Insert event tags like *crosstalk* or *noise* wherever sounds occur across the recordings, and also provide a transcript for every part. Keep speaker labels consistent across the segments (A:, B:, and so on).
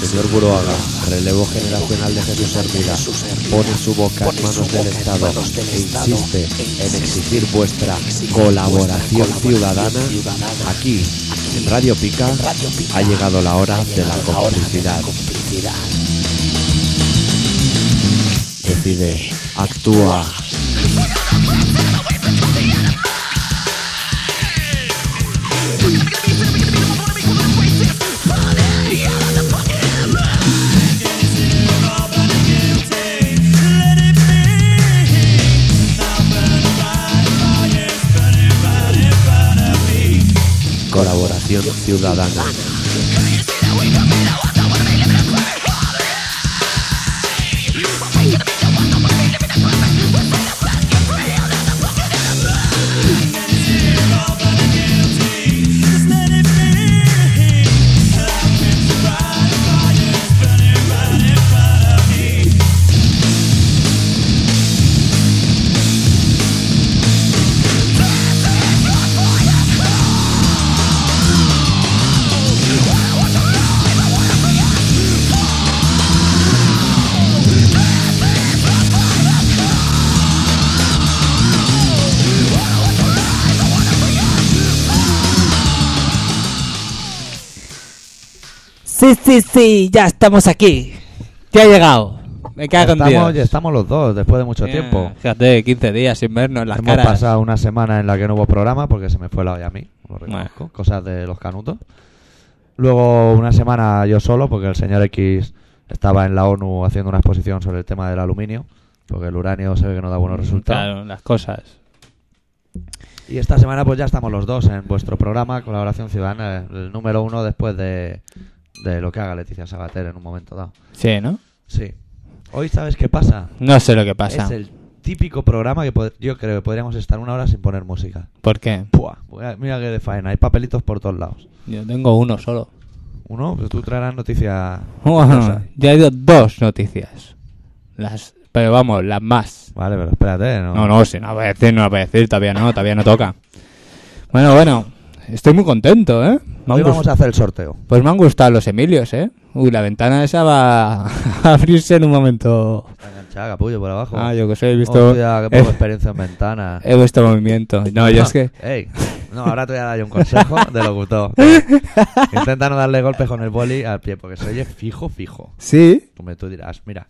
A: Zuloaga, relevo generacional de Jesús Hermida, pone su boca en manos del Estado e insiste en exigir vuestra colaboración ciudadana. Aquí, en Radio Pica, ha llegado la hora de la complicidad. Decide, actúa. Colaboración ciudadana.
B: Sí, sí, sí, ya estamos aquí. Ya ha llegado. Me cago en
C: Estamos,
B: Dios.
C: estamos los dos después de mucho
B: Eh,
C: tiempo.
B: Fíjate, 15 días sin vernos en las
C: Hemos
B: caras.
C: pasado una semana en la que no hubo programa porque se me fue la olla a mí, lo reconozco. Cosas de los canutos. Luego una semana yo solo porque el señor X estaba en la ONU haciendo una exposición sobre el tema del aluminio, porque el uranio se ve que no da buenos resultados.
B: Mm, Claro, las cosas.
C: Y esta semana pues ya estamos los dos en vuestro programa Colaboración Ciudadana, el número uno después de, de lo que haga Leticia Sabater en un momento dado.
B: Sí, ¿no?
C: Sí. Hoy sabes qué pasa.
B: No sé lo que pasa.
C: Es el típico programa que pod- yo creo que podríamos estar una hora sin poner música.
B: ¿Por qué?
C: Buah, mira- Mira que de faena, hay papelitos por todos lados.
B: Yo tengo uno solo.
C: Uno, pues tú traerás noticia.
B: *laughs* Bueno,
C: noticiosa.
B: ya he ido dos noticias. Las, pero vamos, las más.
C: Vale, pero espérate, ¿no?
B: No, no, si no voy a decir, no lo voy a decir, todavía no, todavía no toca. Bueno, bueno, estoy muy contento, ¿eh? Me han
C: Hoy
B: gust-
C: vamos a hacer el sorteo.
B: Pues me han gustado los Emilios, ¿eh? Uy, la ventana esa va a *laughs* abrirse en un momento.
C: Está enganchada, capullo, por abajo.
B: Ah, yo que sé, he visto... Eh.
C: Hostia, qué
B: he-
C: poca experiencia en ventana.
B: he visto movimiento. No, yo
C: *laughs*
B: es que...
C: Ey, no, ahora te voy a dar yo
B: *laughs*
C: un consejo de locutor. Intenta no darle golpes con el boli al pie, porque se oye fijo, fijo.
B: Sí.
C: Como tú dirás, mira.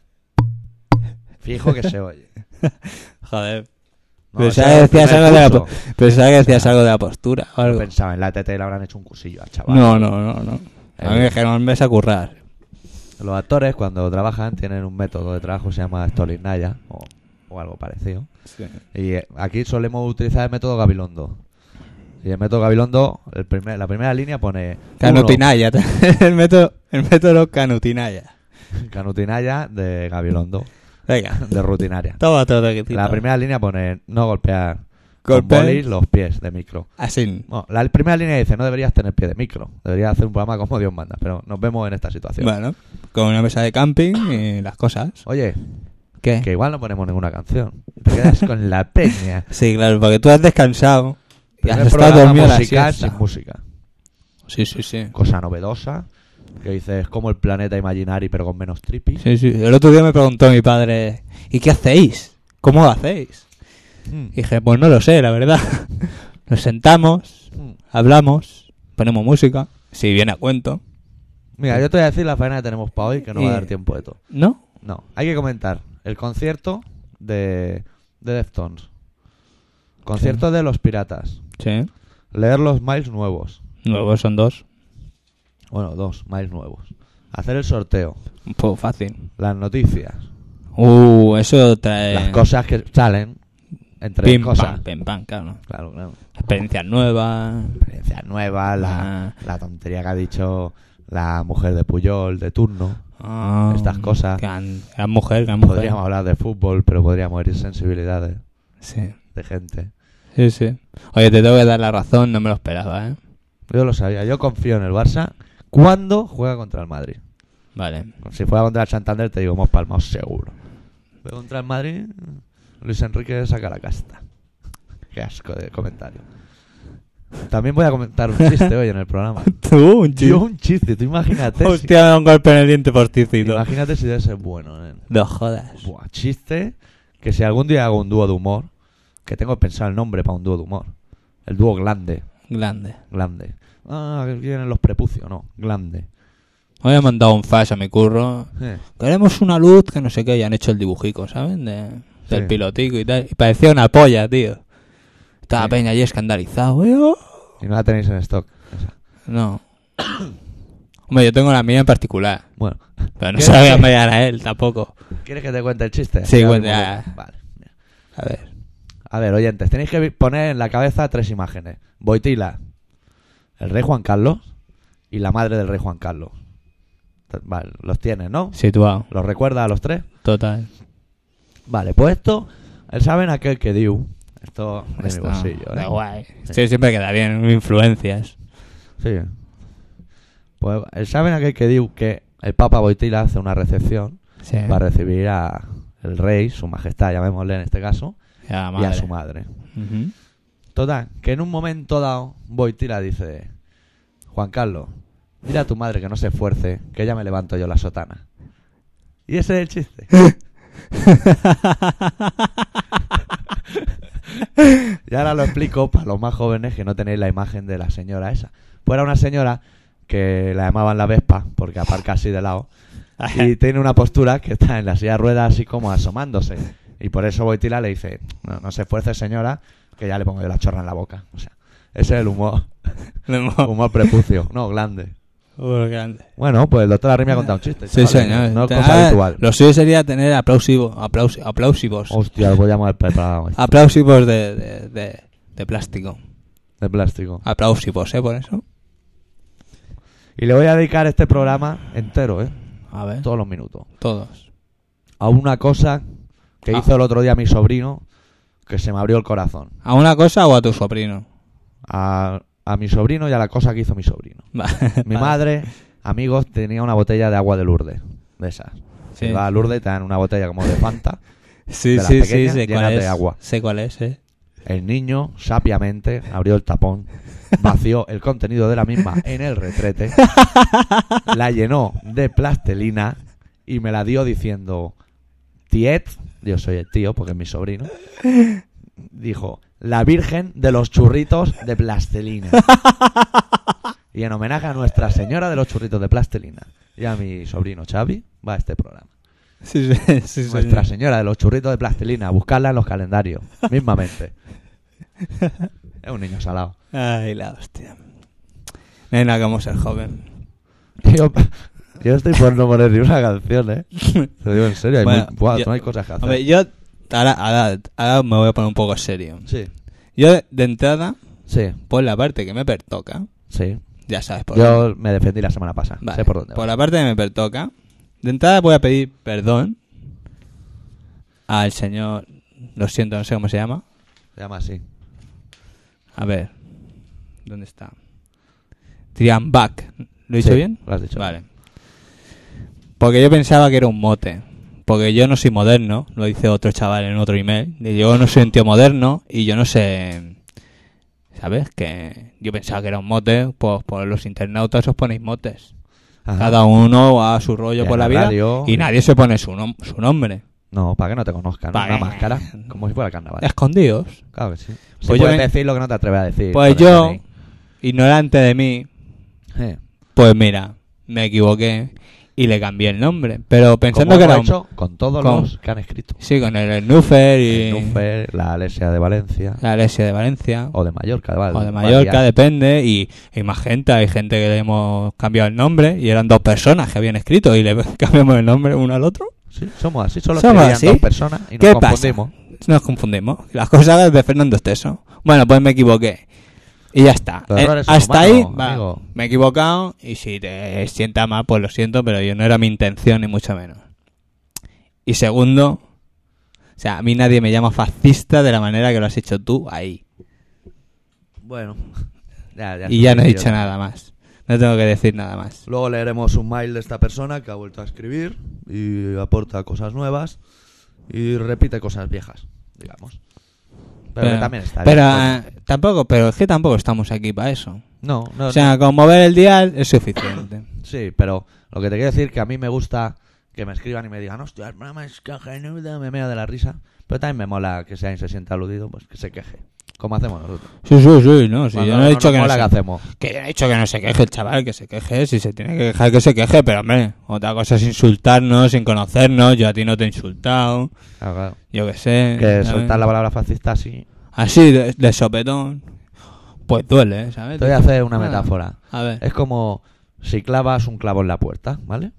C: Fijo que se oye.
B: Joder.
C: No,
B: Pensaba
C: ese
B: que
C: es el
B: decías
C: primer
B: algo de la po-
C: curso.
B: pensaba que decías algo de la postura o
C: Yo
B: algo.
C: Pensaba, en la TT le habrán hecho un cursillo al chaval.
B: No, no, no, no. A mí me
C: Eh.
B: dijeron, ves a currar.
C: Los actores, cuando trabajan, tienen un método de trabajo que se llama Stolinaya o, o algo parecido. Y eh, aquí solemos utilizar el método Gabilondo. Y el método Gabilondo, el primer- la primera línea pone. uno,
B: Canutinaya. *laughs* El método, el método canutinaya.
C: Canutinaya de Gabilondo,
B: Venga,
C: de rutinaria.
B: toma todo que
C: La primera línea pone no golpear con
B: Golpear.
C: bolis los pies de micro.
B: Así.
C: Bueno, la primera línea dice no deberías tener pie de micro, deberías hacer un programa como Dios manda, pero nos vemos en esta situación.
B: Bueno, con una mesa de camping y las cosas.
C: Oye,
B: ¿Qué?
C: que igual no ponemos ninguna canción. Te quedas con la
B: *laughs*
C: peña.
B: Sí, claro, porque tú has descansado y has
C: Primer
B: estado
C: programa
B: dormido a la
C: musical
B: siesta.
C: sin música.
B: Sí, sí, sí.
C: Cosa novedosa, que dices como el planeta imaginary pero con menos trippy.
B: Sí, sí. El otro día me preguntó mi padre, ¿y qué hacéis? ¿Cómo lo hacéis?
C: Mm,
B: Y dije, pues no lo sé, la verdad. *laughs* Nos sentamos,
C: mm.
B: hablamos, ponemos música, si viene a cuento.
C: Mira, yo te voy a decir la faena que tenemos para hoy, que no va a
B: Y-
C: dar tiempo de todo.
B: ¿No?
C: No, hay que comentar el concierto de, de Deftones. Concierto de los piratas.
B: Sí.
C: Leer los miles nuevos.
B: Luego son dos.
C: Bueno, dos miles nuevos. Hacer el sorteo.
B: Un poco fácil.
C: Las noticias.
B: Uh, eso trae...
C: Las cosas que salen. Entre
B: Pim,
C: cosas.
B: pam, pim, pam, claro.
C: Claro, claro.
B: Experiencias nuevas.
C: Experiencias nuevas. La,
B: Ah.
C: la tontería que ha dicho la mujer de Puyol de turno.
B: Ah,
C: Estas cosas.
B: Gran, gran mujer, gran mujer.
C: Podríamos hablar de fútbol, pero podríamos herir sensibilidades
B: Sí,
C: de gente.
B: sí, sí. Oye, te tengo que dar la razón, no me lo esperaba, ¿eh?
C: Yo lo sabía. Yo confío en el Barça cuando juega contra el Madrid.
B: Vale.
C: Si fuera contra el Santander, te digo, hemos palmado seguro. Pero contra el Madrid, Luis Enrique saca la casta. Qué asco de comentario. También voy a comentar un
B: *laughs*
C: chiste hoy en el programa.
B: Tú, un
C: Yo
B: *laughs* chico.
C: un chiste, tú imagínate.
B: Hostia, un golpe en el diente
C: si,
B: posticito.
C: imagínate si debe ser bueno, nen.
B: No jodas.
C: Pues, Buah, chiste que si algún día hago un dúo de humor, que tengo que pensar el nombre para un dúo de humor. El dúo glande,
B: Grande.
C: glande. Ah, que vienen los prepucios, no, glande.
B: Hoy he mandado un flash a mi curro.
C: Eh,
B: Queremos una luz que no sé qué. Y han hecho el dibujico, ¿saben? De- del
C: Sí.
B: pilotico y tal. Y parecía una polla, tío. Estaba
C: Sí.
B: Peña allí escandalizado. ¿eh? Oh.
C: Y no la tenéis en stock.
B: No. *coughs* Hombre, yo tengo la mía en particular.
C: Bueno, *laughs*
B: Pero no
C: ¿Qué?
B: se la voy a mediar a él tampoco.
C: ¿quieres que te cuente el chiste?
B: Sí,
C: Ya
B: cuenta.
C: mismo- Vale.
B: A ver.
C: A ver, oyentes, tenéis que vi- poner en la cabeza tres imágenes. Boitila, el rey Juan Carlos y la madre del rey Juan Carlos. T- Vale, los tienes, ¿no?
B: Situado.
C: ¿Los recuerda a los tres?
B: Total.
C: Vale, pues esto, él saben aquel que dio. Esto de mi
B: Está-
C: bolsillo,
B: da
C: ¿eh?
B: guay.
C: Sí.
B: Sí, siempre queda bien. Influencias.
C: Sí. Pues él saben aquel que dio que el Papa Boitila hace una recepción
B: Sí.
C: para recibir a el rey, su majestad, llamémosle en este caso,
B: Y a la
C: y a
B: madre.
C: su madre.
B: Ujú. *laughs*
C: Total, que en un momento dado, Boitila dice: Juan Carlos, dile a tu madre que no se esfuerce, que ya me levanto yo la sotana. Y ese es el chiste. y ahora lo explico para los más jóvenes que no tenéis la imagen de la señora esa. Pues era una señora que la llamaban la Vespa, porque aparca así de
B: *laughs*
C: lado, y tiene una postura que está en la silla de ruedas así como asomándose. Y por eso Boitila le dice, no, no se esfuerce señora, que ya le pongo yo la chorra en la boca. O sea, ese es
B: *laughs*
C: el humor,
B: Me mola.
C: humor prepucio, no, glande.
B: Humor grande.
C: Bueno, pues el doctor Arrimia ha contado un chiste.
B: Sí,
C: chavales,
B: señor.
C: No es
B: Te-
C: cosa
B: ah,
C: habitual.
B: Lo suyo sería tener aplausivo, aplaus, aplausivos.
C: Hostia, voy a llamar preparado este, esto,
B: Aplausivos de, de, de, de plástico.
C: de plástico.
B: Aplausivos, ¿eh? Por eso.
C: Y le voy a dedicar este programa entero, ¿eh?
B: A ver.
C: Todos los minutos.
B: Todos.
C: A una cosa que
B: Ah.
C: hizo el otro día mi sobrino que se me abrió el corazón.
B: ¿A una cosa o a tu sobrino? *laughs*
C: A, a mi sobrino y a la cosa que hizo mi sobrino.
B: Va-
C: Mi
B: vale.
C: madre, amigos, tenía una botella de agua de Lourdes. De esas.
B: Sí.
C: Se va a Lourdes y te dan una botella como de Fanta.
B: Sí,
C: de las
B: sí, sí,
C: pequeñas,
B: sé cuál
C: llénate
B: es.
C: de agua.
B: Sé cuál es, ¿eh?
C: El niño, sapiamente, abrió el tapón, vació el contenido de la misma en el retrete, la llenó de plastelina y me la dio diciendo, Tiet, yo soy el tío porque es mi sobrino, dijo, la virgen de los churritos de plastelina. Y en homenaje a Nuestra Señora de los Churritos de Plastelina y a mi sobrino Xavi, va este programa.
B: Sí, sí, sí,
C: Nuestra
B: señor.
C: Señora de los churritos de plastilina, buscarla en los calendarios, *laughs* mismamente. es un niño salado.
B: Ay, la hostia. Nena, como ser joven.
C: Yo, yo estoy por no poner ni una canción, ¿eh? Te lo digo en serio, hay,
B: Bueno,
C: muy- buah,
B: yo-
C: no hay cosas que hacer.
B: Hombre, yo... Ahora, ahora, ahora me voy a poner un poco serio.
C: Sí,
B: Yo, de entrada,
C: sí,
B: por la parte que me pertoca,
C: sí.
B: ya sabes por dónde.
C: Yo me defendí la semana pasada,
B: Vale,
C: sé por dónde. va.
B: la parte que me pertoca, de entrada voy a pedir perdón al señor. Lo siento, no sé cómo se llama.
C: Se llama así.
B: A ver, ¿dónde está? Triambach. ¿Lo he dicho
C: Sí,
B: bien?
C: lo has dicho
B: Vale. Porque yo pensaba que era un mote. Porque yo no soy moderno, lo dice otro chaval en otro email. Y yo no soy un tío moderno y yo no sé. ¿Sabes? Que yo pensaba que era un mote. Pues por los internautas os ponéis motes.
C: Ajá.
B: Cada uno va a su rollo
C: Y
B: por
C: en
B: la
C: la
B: vida
C: radio-
B: y nadie se pone su, nom- su nombre.
C: No, para que no te conozcan, ¿no?
B: Pa'
C: una
B: que-
C: máscara, como si fuera carnaval.
B: Escondidos.
C: Claro que sí. Si
B: Pues yo
C: puedes
B: me-
C: decir lo que no te atreves a decir.
B: Pues
C: con el
B: yo,
C: DNI.
B: ignorante de mí,
C: Eh,
B: pues mira, me equivoqué y le cambié el nombre. Pero pensando
C: como
B: que
C: hemos
B: era un...
C: hecho con todos
B: con-
C: los que han escrito.
B: Sí, con el Snuffer y
C: El Núñez, la Alesia de Valencia.
B: la Alesia de Valencia
C: O de Mallorca, vale.
B: o de Mallorca, depende. Y, y más gente, hay gente que le hemos cambiado el nombre y eran dos personas que habían escrito y le *laughs* cambiamos el nombre uno al otro.
C: Sí, somos así, solo
B: Somos
C: escribían
B: así.
C: dos personas y nos
B: ¿Qué pasa?
C: confundimos.
B: Nos confundimos. Las cosas de Fernando Esteso. Bueno, pues me equivoqué. Y ya está.
C: Los
B: Eh,
C: errores son
B: hasta ahí,
C: humanos,
B: va.
C: amigo.
B: me he equivocado. Y si te sienta mal, pues lo siento, pero yo no era mi intención, ni mucho menos. Y segundo, o sea, a mí nadie me llama fascista de la manera que lo has hecho tú ahí.
C: Bueno, *laughs* ya,
B: y ya no he
C: estoy
B: dicho
C: yo.
B: nada más. No tengo que decir nada más.
C: Luego leeremos un mail de esta persona que ha vuelto a escribir y aporta cosas nuevas y repite cosas viejas, digamos. Pero, también está
B: pero,
C: bien. pues.
B: eh, tampoco, pero es que tampoco estamos aquí para eso.
C: No, no,
B: o sea, con mover el dial es
C: *coughs*
B: suficiente.
C: Sí, pero lo que te quiero decir que a mí me gusta que me escriban y me digan, hostia, el programa es cojonudo, me meo de la risa. Pero también me mola que si alguien se sienta aludido, pues que se queje. Como hacemos nosotros.
B: Sí, sí, sí, no, sí,
C: Cuando
B: yo no he dicho
C: nos
B: que no
C: mola,
B: se-
C: ¿qué hacemos?
B: Que yo no he dicho que no se queje el chaval, que se queje, si se tiene que quejar que se queje, pero hombre, otra cosa es insultarnos sin conocernos, yo a ti no te he insultado,
C: Claro, claro.
B: yo qué sé.
C: Que
B: ¿sabes?
C: soltar la palabra fascista así.
B: Así, de, de sopetón, pues duele, ¿sabes?
C: Te voy a hacer una
B: Ah,
C: metáfora.
B: A
C: *laughs*
B: ver. *laughs*
C: Es como si clavas un clavo en la puerta, ¿vale?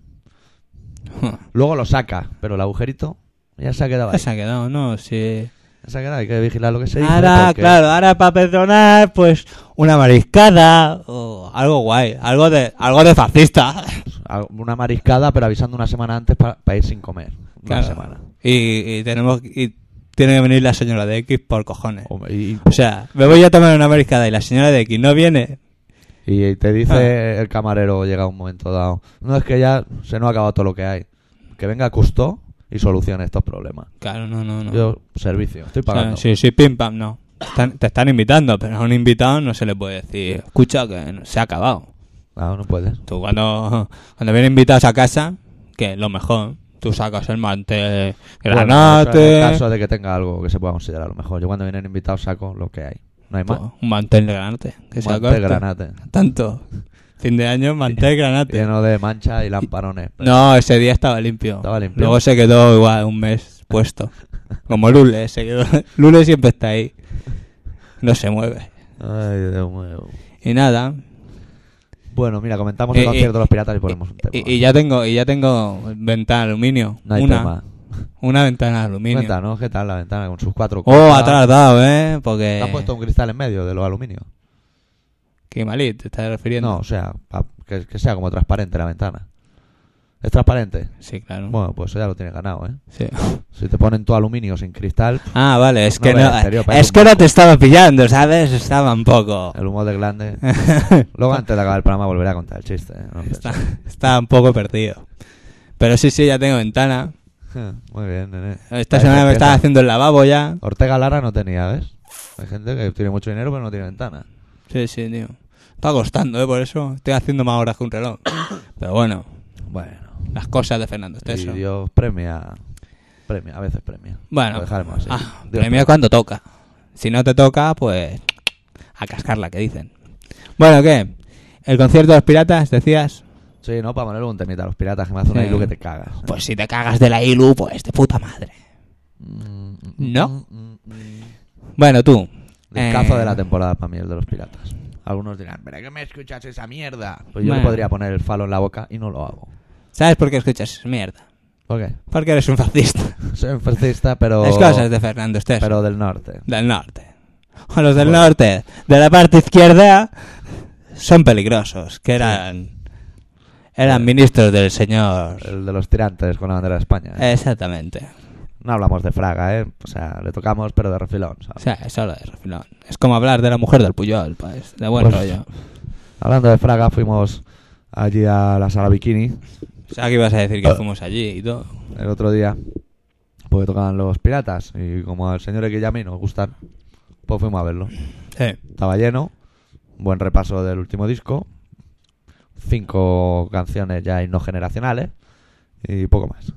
C: Luego lo sacas, pero el agujerito ya se ha quedado ahí.
B: Ya se ha quedado, ¿no? Sí.
C: Ya se ha quedado, hay que vigilar lo que se dice.
B: Ahora,
C: porque-
B: claro, ahora para perdonar, pues una mariscada o algo guay, algo de algo de fascista. *laughs*
C: a- una mariscada, pero avisando una semana antes para ir sin comer. Una
B: Claro.
C: semana.
B: Y, y tenemos y tiene que venir la señora de X por cojones.
C: Hombre, y,
B: O sea, me voy a tomar una mariscada y la señora de X no viene.
C: y- y te dice
B: Ah.
C: el camarero, llega un momento dado, no es que ya se nos ha acabado todo lo que hay. Que venga Custó y solucione estos problemas.
B: Claro, no, no, no.
C: Yo, servicio, estoy
B: O sea,
C: pagando.
B: Ah. sí, sí, pim pam, no. Están- te están invitando, pero a un invitado no se le puede decir, escucha que se ha acabado.
C: Ah, no puedes.
B: Tú cuando, *laughs* cuando vienen invitados a casa, que lo mejor, tú sacas el mantel
C: Bueno, eso
B: granate,
C: en el caso de que tenga algo que se pueda considerar a lo mejor. Yo cuando vienen invitados saco lo que hay. No hay más.
B: po- un mantel de granate. Que se
C: Pues, Mantel
B: acorta.
C: granate.
B: Tanto. Fin de año, mantel granate.
C: Lleno de mancha y lamparones.
B: No, ese día estaba limpio.
C: Estaba limpio.
B: Luego se quedó igual un mes puesto. Como Lule, se quedó. *laughs* Lule siempre está ahí. No se mueve.
C: Ay, Dios mío.
B: Y nada.
C: Bueno, mira, comentamos el
B: Eh,
C: concierto
B: eh,
C: de los piratas y ponemos un tema.
B: Y, y ya tengo, y ya tengo ventana de aluminio.
C: no hay
B: una,
C: tema.
B: una ventana de aluminio.
C: Ventana, ¿no? ¿Qué tal la ventana con sus cuatro
B: Oh, ha
C: cosas?
B: tardado, eh. Porque.
C: ¿Te han puesto un cristal en medio de los aluminios?
B: Qué malito, te estás refiriendo.
C: No, o sea, pa- que, que sea como transparente la ventana. ¿Es transparente?
B: Sí, claro.
C: Bueno, pues eso ya lo tienes ganado, ¿eh?
B: Sí.
C: Si te ponen todo aluminio sin cristal,
B: Ah, vale, es
C: No
B: que
C: ves,
B: no,
C: en serio, parece
B: es
C: un
B: que no
C: banco.
B: te estaba pillando, ¿sabes? Estaba un poco.
C: el humo de glande...
B: Eh, *laughs*
C: Luego antes de acabar el programa volveré a contar el chiste, ¿eh? No
B: está, está un poco perdido. Pero sí, sí, ya tengo ventana.
C: penses. *laughs* Muy bien, nene.
B: Esta semana
C: Ahí se
B: me
C: empieza.
B: estaba haciendo el lavabo ya.
C: Ortega Lara no tenía, ¿ves? Hay gente que tiene mucho dinero pero no tiene ventana.
B: Sí, sí, tío. Está costando, ¿eh? Por eso estoy haciendo más horas que un reloj. Pero bueno,
C: Bueno.
B: las cosas de Fernando
C: Y
B: Esteso.
C: Dios premia... Premia, a veces premia.
B: Bueno,
C: Lo dejaremos así.
B: ah,
C: Dios
B: premio cuando toca. Si no te toca, pues a cascarla, que dicen. Bueno, ¿qué? El concierto de los piratas, decías.
C: Sí, no, para poner un temita a los piratas que me hace una
B: Sí.
C: ilu que te cagas. ¿eh?
B: Pues si te cagas de la ILU, pues de puta madre.
C: Mm, mm,
B: ¿No?
C: mm, mm, mm.
B: Bueno, tú.
C: Discazo
B: Eh,
C: de la temporada para mí, el de los piratas. Algunos dirán, ¿pero qué me escuchas esa mierda? Pues yo
B: Bueno.
C: me podría poner el falo en la boca y no lo hago.
B: ¿Sabes por qué escuchas esa mierda?
C: ¿Por qué?
B: Porque eres un fascista.
C: Soy un *laughs* fascista, pero.
B: Las cosas de Fernando Estés.
C: Pero del norte.
B: Del norte. O los del norte, de la parte izquierda, son peligrosos. Que eran.
C: Eh.
B: Eran ministros del señor.
C: El de los tirantes con la bandera de España. ¿eh?
B: Exactamente.
C: No hablamos de Fraga, ¿eh? O sea, le tocamos, pero de refilón.
B: O
C: ¿sabes?
B: sea, es solo de refilón. Es como hablar de la mujer del Puyol, pues. De buen
C: Pues-
B: rollo.
C: Hablando de Fraga, fuimos allí a la sala bikini
B: O sea, que ibas a decir
C: Ah.
B: que fuimos allí y todo.
C: el otro día, porque tocaban los piratas. Y como al señor que ya a mí nos gustan, pues fuimos a verlo.
B: Sí.
C: Estaba lleno. Buen repaso del último disco. Cinco canciones ya no generacionales. Y poco más.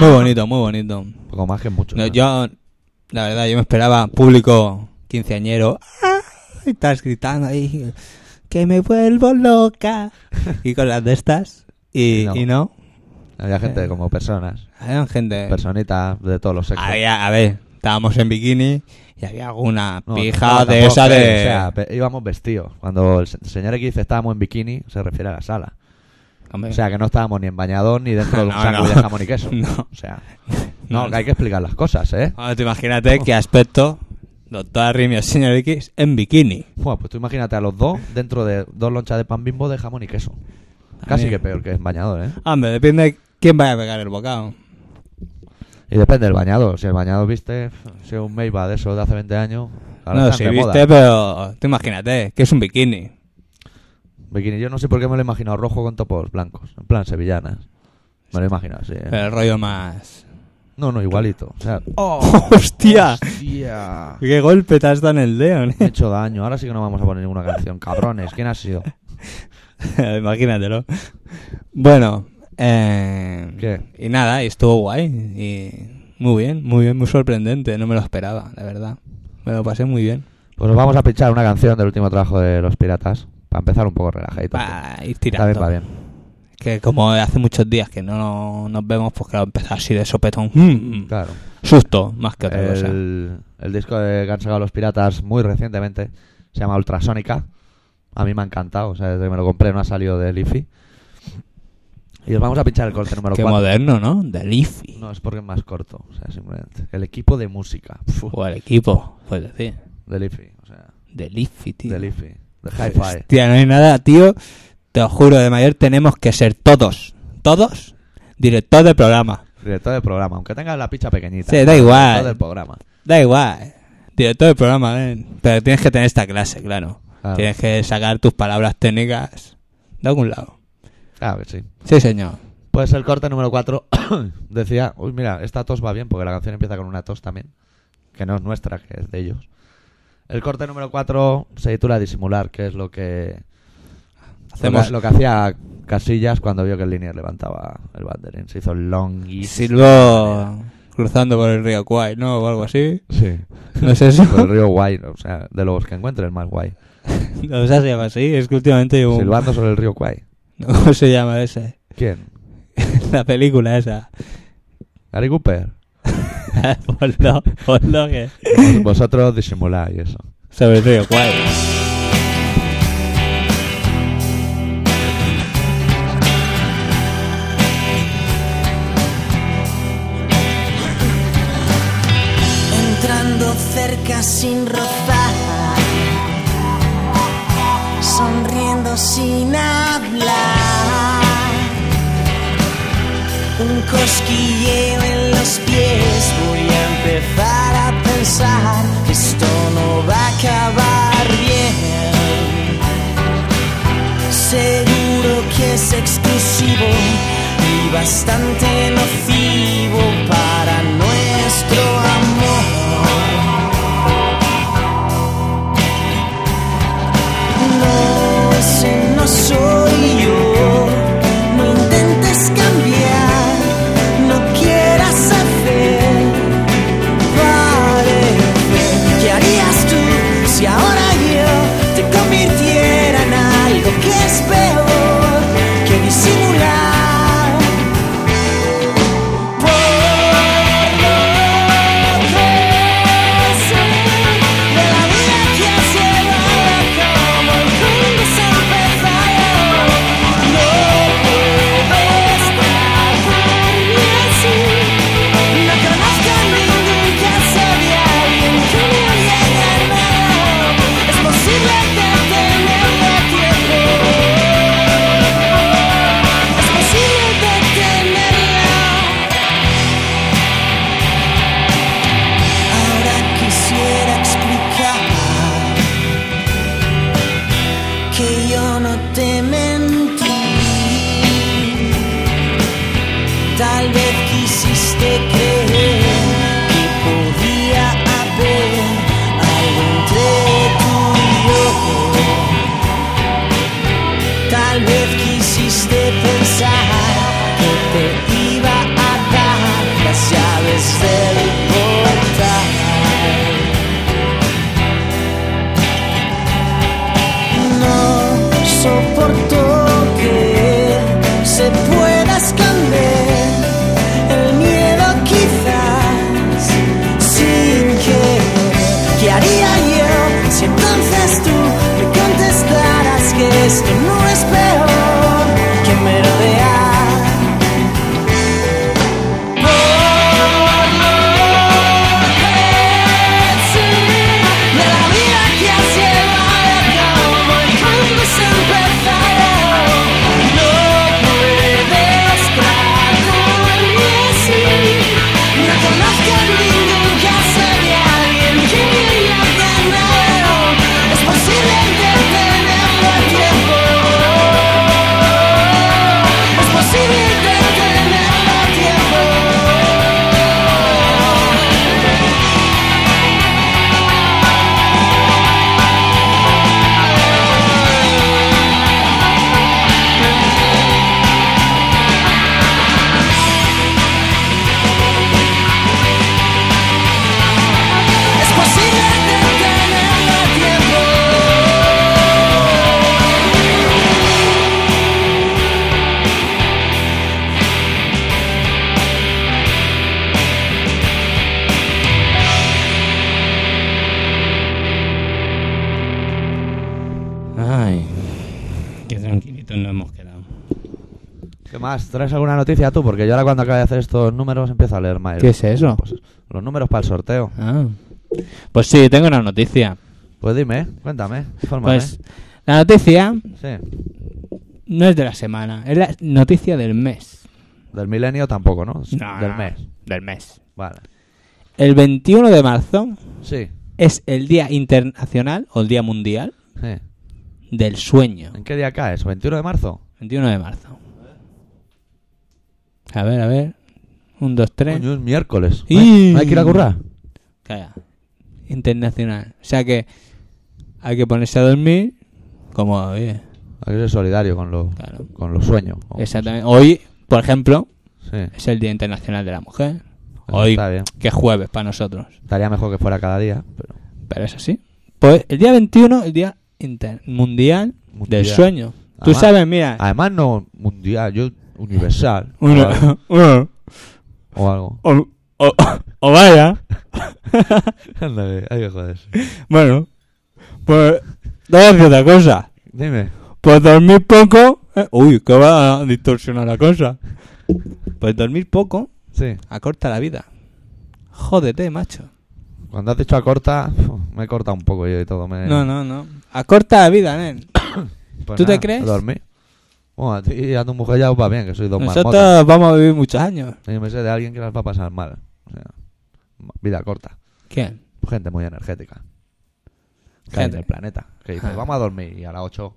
B: Muy bonito, muy bonito.
C: Poco más que mucho.
B: No,
C: ¿no?
B: yo, la verdad, yo me esperaba público quinceañero. ¡Ah! Y estás gritando ahí. Que me vuelvo
C: *laughs*
B: loca. Y con las de estas. Y,
C: Y no.
B: y no.
C: Había
B: Eh,
C: gente como personas.
B: Había gente.
C: Personitas de todos los sexos.
B: Había, a ver, estábamos en bikini y había alguna
C: No,
B: pija
C: no,
B: de
C: tampoco,
B: esa de.
C: eh, O sea, pe- íbamos vestidos. Cuando el se- señor X dice estábamos en bikini, se refiere a la sala.
B: Hombre,
C: O sea, que no estábamos ni en bañador ni dentro de un
B: Eh. *laughs* No,
C: sándwich
B: no.
C: de jamón y queso.
B: *laughs* No.
C: O sea,
B: No,
C: no, que hay que explicar las cosas, ¿eh?
B: ahora te imagínate qué aspecto. Doctor Rimi o señor X en bikini.
C: Bueno, pues tú imagínate a los dos dentro de dos lonchas de pan bimbo de jamón y queso. Casi
B: También.
C: que peor que en bañador, ¿eh?
B: Hombre, depende de quién vaya a pegar el bocado.
C: Y depende del bañado. Si el bañado viste, si es un Meiba de eso de hace 20 años, ahora
B: no,
C: están
B: si
C: de moda.
B: viste, pero tú imagínate que es un bikini.
C: Bikini, yo no sé por qué me lo he imaginado rojo con topos blancos, en plan sevillanas. Me lo he imaginado, sí. ¿eh?
B: Pero el rollo más.
C: No, no, igualito. O sea,
B: ¡Oh, ¡Hostia!
C: hostia.
B: ¡Qué golpe te has dado en el dedo!
C: Me he hecho daño. Ahora sí que no vamos a poner ninguna canción. Cabrones, ¿quién ha sido?
B: ¿no? *laughs* Imagínatelo. Bueno, eh,
C: ¿Qué?
B: y nada, y estuvo guay. Y muy bien, muy bien, muy sorprendente. No me lo esperaba, la verdad. Me lo pasé muy bien.
C: Pues os vamos a pinchar una canción del último trabajo de Los Piratas. Para empezar un poco relajadito.
B: Para ir
C: Está
B: tirando.
C: bien, va bien.
B: Que como hace muchos días que no nos vemos, pues claro, empezar así de sopetón. Mm, mm.
C: Claro.
B: Susto, más que otra cosa.
C: El, el disco de que han sacado Los Piratas muy recientemente se llama Ultrasónica. A mí me ha encantado. O sea, desde que me lo compré no ha salido de Leafy. Y os vamos a pinchar el corte número
B: Qué
C: 4.
B: moderno, ¿no? Del IFI.
C: No, es porque es más corto. O sea, simplemente. El equipo de música. Pfu,
B: O el equipo, pues decir.
C: de Leafy. O sea,
B: Del IFI, tío.
C: de Leafy. De Hi-Fi.
B: Hostia, no hay nada, tío. Te lo juro, de mayor tenemos que ser todos, todos, director del programa.
C: Director del programa, aunque tenga la picha pequeñita.
B: Sí, da
C: Director
B: igual.
C: del programa.
B: Da igual, director del programa, ven. Pero tienes que tener esta clase, claro.
C: Claro.
B: Tienes que sacar tus palabras técnicas de algún lado.
C: Claro que sí.
B: Sí, señor.
C: Pues el corte número 4 *coughs* decía, uy, mira, esta tos va bien porque la canción empieza con una tos también, que no es nuestra, que es de ellos. El corte número 4 se titula Disimular, que es lo que
B: Hacemos-
C: lo que, lo que hacía Casillas cuando vio que el Linier levantaba el banderín. Se hizo el long
B: Y
C: y
B: Silbo cruzando por el río Kwai, ¿no? O algo
C: *laughs*
B: así.
C: Sí.
B: ¿No es eso?
C: Por el río Guay, o sea, de los que encuentres más guay.
B: *laughs* ¿No se llama así? Es que últimamente llevo un-
C: Silbando sobre el río Guay.
B: *laughs* ¿Cómo se llama ese? *laughs*
C: ¿Quién?
B: La película esa. *laughs*
C: Gary Cooper.
B: ponlo, ponlo que...
C: Vosotros disimuláis eso.
B: Sobre el río Kwai.
D: entrando cerca sin rozar, sonriendo sin hablar, un cosquilleo en los pies, voy a empezar a pensar que esto no va a acabar bien. Seguro que es exclusivo y bastante nocivo para nuestro amor. No, ese no soy yo. No intentes cambiar, no quieras hacer parecer. ¿Qué harías tú si ahora yo te convirtiera en algo que es peor que disimular?
C: más, ¿traes alguna noticia tú? Porque yo ahora cuando acabe de hacer estos números empiezo a leer más.
B: ¿Qué es eso?
C: Pues, los números para el sorteo.
B: Ah. Pues sí, tengo una noticia.
C: Pues dime, cuéntame, infórmame.
B: Pues la noticia
C: sí.
B: no es de la semana, es la noticia del mes.
C: Del milenio tampoco, ¿no?
B: No,
C: Del
B: no,
C: mes.
B: Del mes.
C: Vale.
B: El 21 de marzo
C: Sí,
B: es el Día Internacional o el Día Mundial
C: sí.
B: del Sueño.
C: ¿En qué día cae eso? ¿21 de marzo?
B: 21 de marzo. A ver, a ver. Un, dos, tres.
C: Coño, es miércoles.
B: Y-
C: ¿No hay- ¿No hay que ir a currar?
B: Calla. Internacional. O sea que hay que ponerse a dormir como oye,
C: Hay que ser solidario con los,
B: Claro.
C: con los sueños. O-
B: Exactamente. Hoy, por ejemplo,
C: Sí.
B: es el Día Internacional de la Mujer.
C: Eso
B: Hoy,
C: está bien.
B: que es jueves para nosotros.
C: Estaría mejor que fuera cada día, pero...
B: Pero es así. Pues el día 21, el Día Inter- Mundial,
C: Mundial.
B: del Sueño. Tú
C: Además-
B: sabes, mira.
C: Además no mundial, yo universal. o algo-
B: *laughs* Una, una- *laughs*
C: O algo.
B: o, o- o vaya.
C: Ándale, hay que joderse.
B: Bueno, pues voy a decir otra cosa.
C: Dime.
B: Pues dormir poco. eh, uy, que va a distorsionar la cosa. Pues dormir poco
C: Sí.
B: acorta la vida. Jódete, macho.
C: Cuando has dicho acorta, uf, me he cortado un poco yo y todo. Me...
B: No, no, no. Acorta la vida, nen.
C: Pues
B: ¿Tú te
C: nada,
B: crees?
C: a Dormir. Bueno, a ti y a tu mujer ya os va bien, que sois dos marmotas.
B: Nosotros vamos a vivir muchos años.
C: Y me sé de alguien que las va a pasar mal. O sea, m- vida corta.
B: ¿Quién?
C: Gente muy energética. Que hay
B: Gente.
C: en el planeta. Que dice,
B: Ah.
C: vamos a dormir y a las 8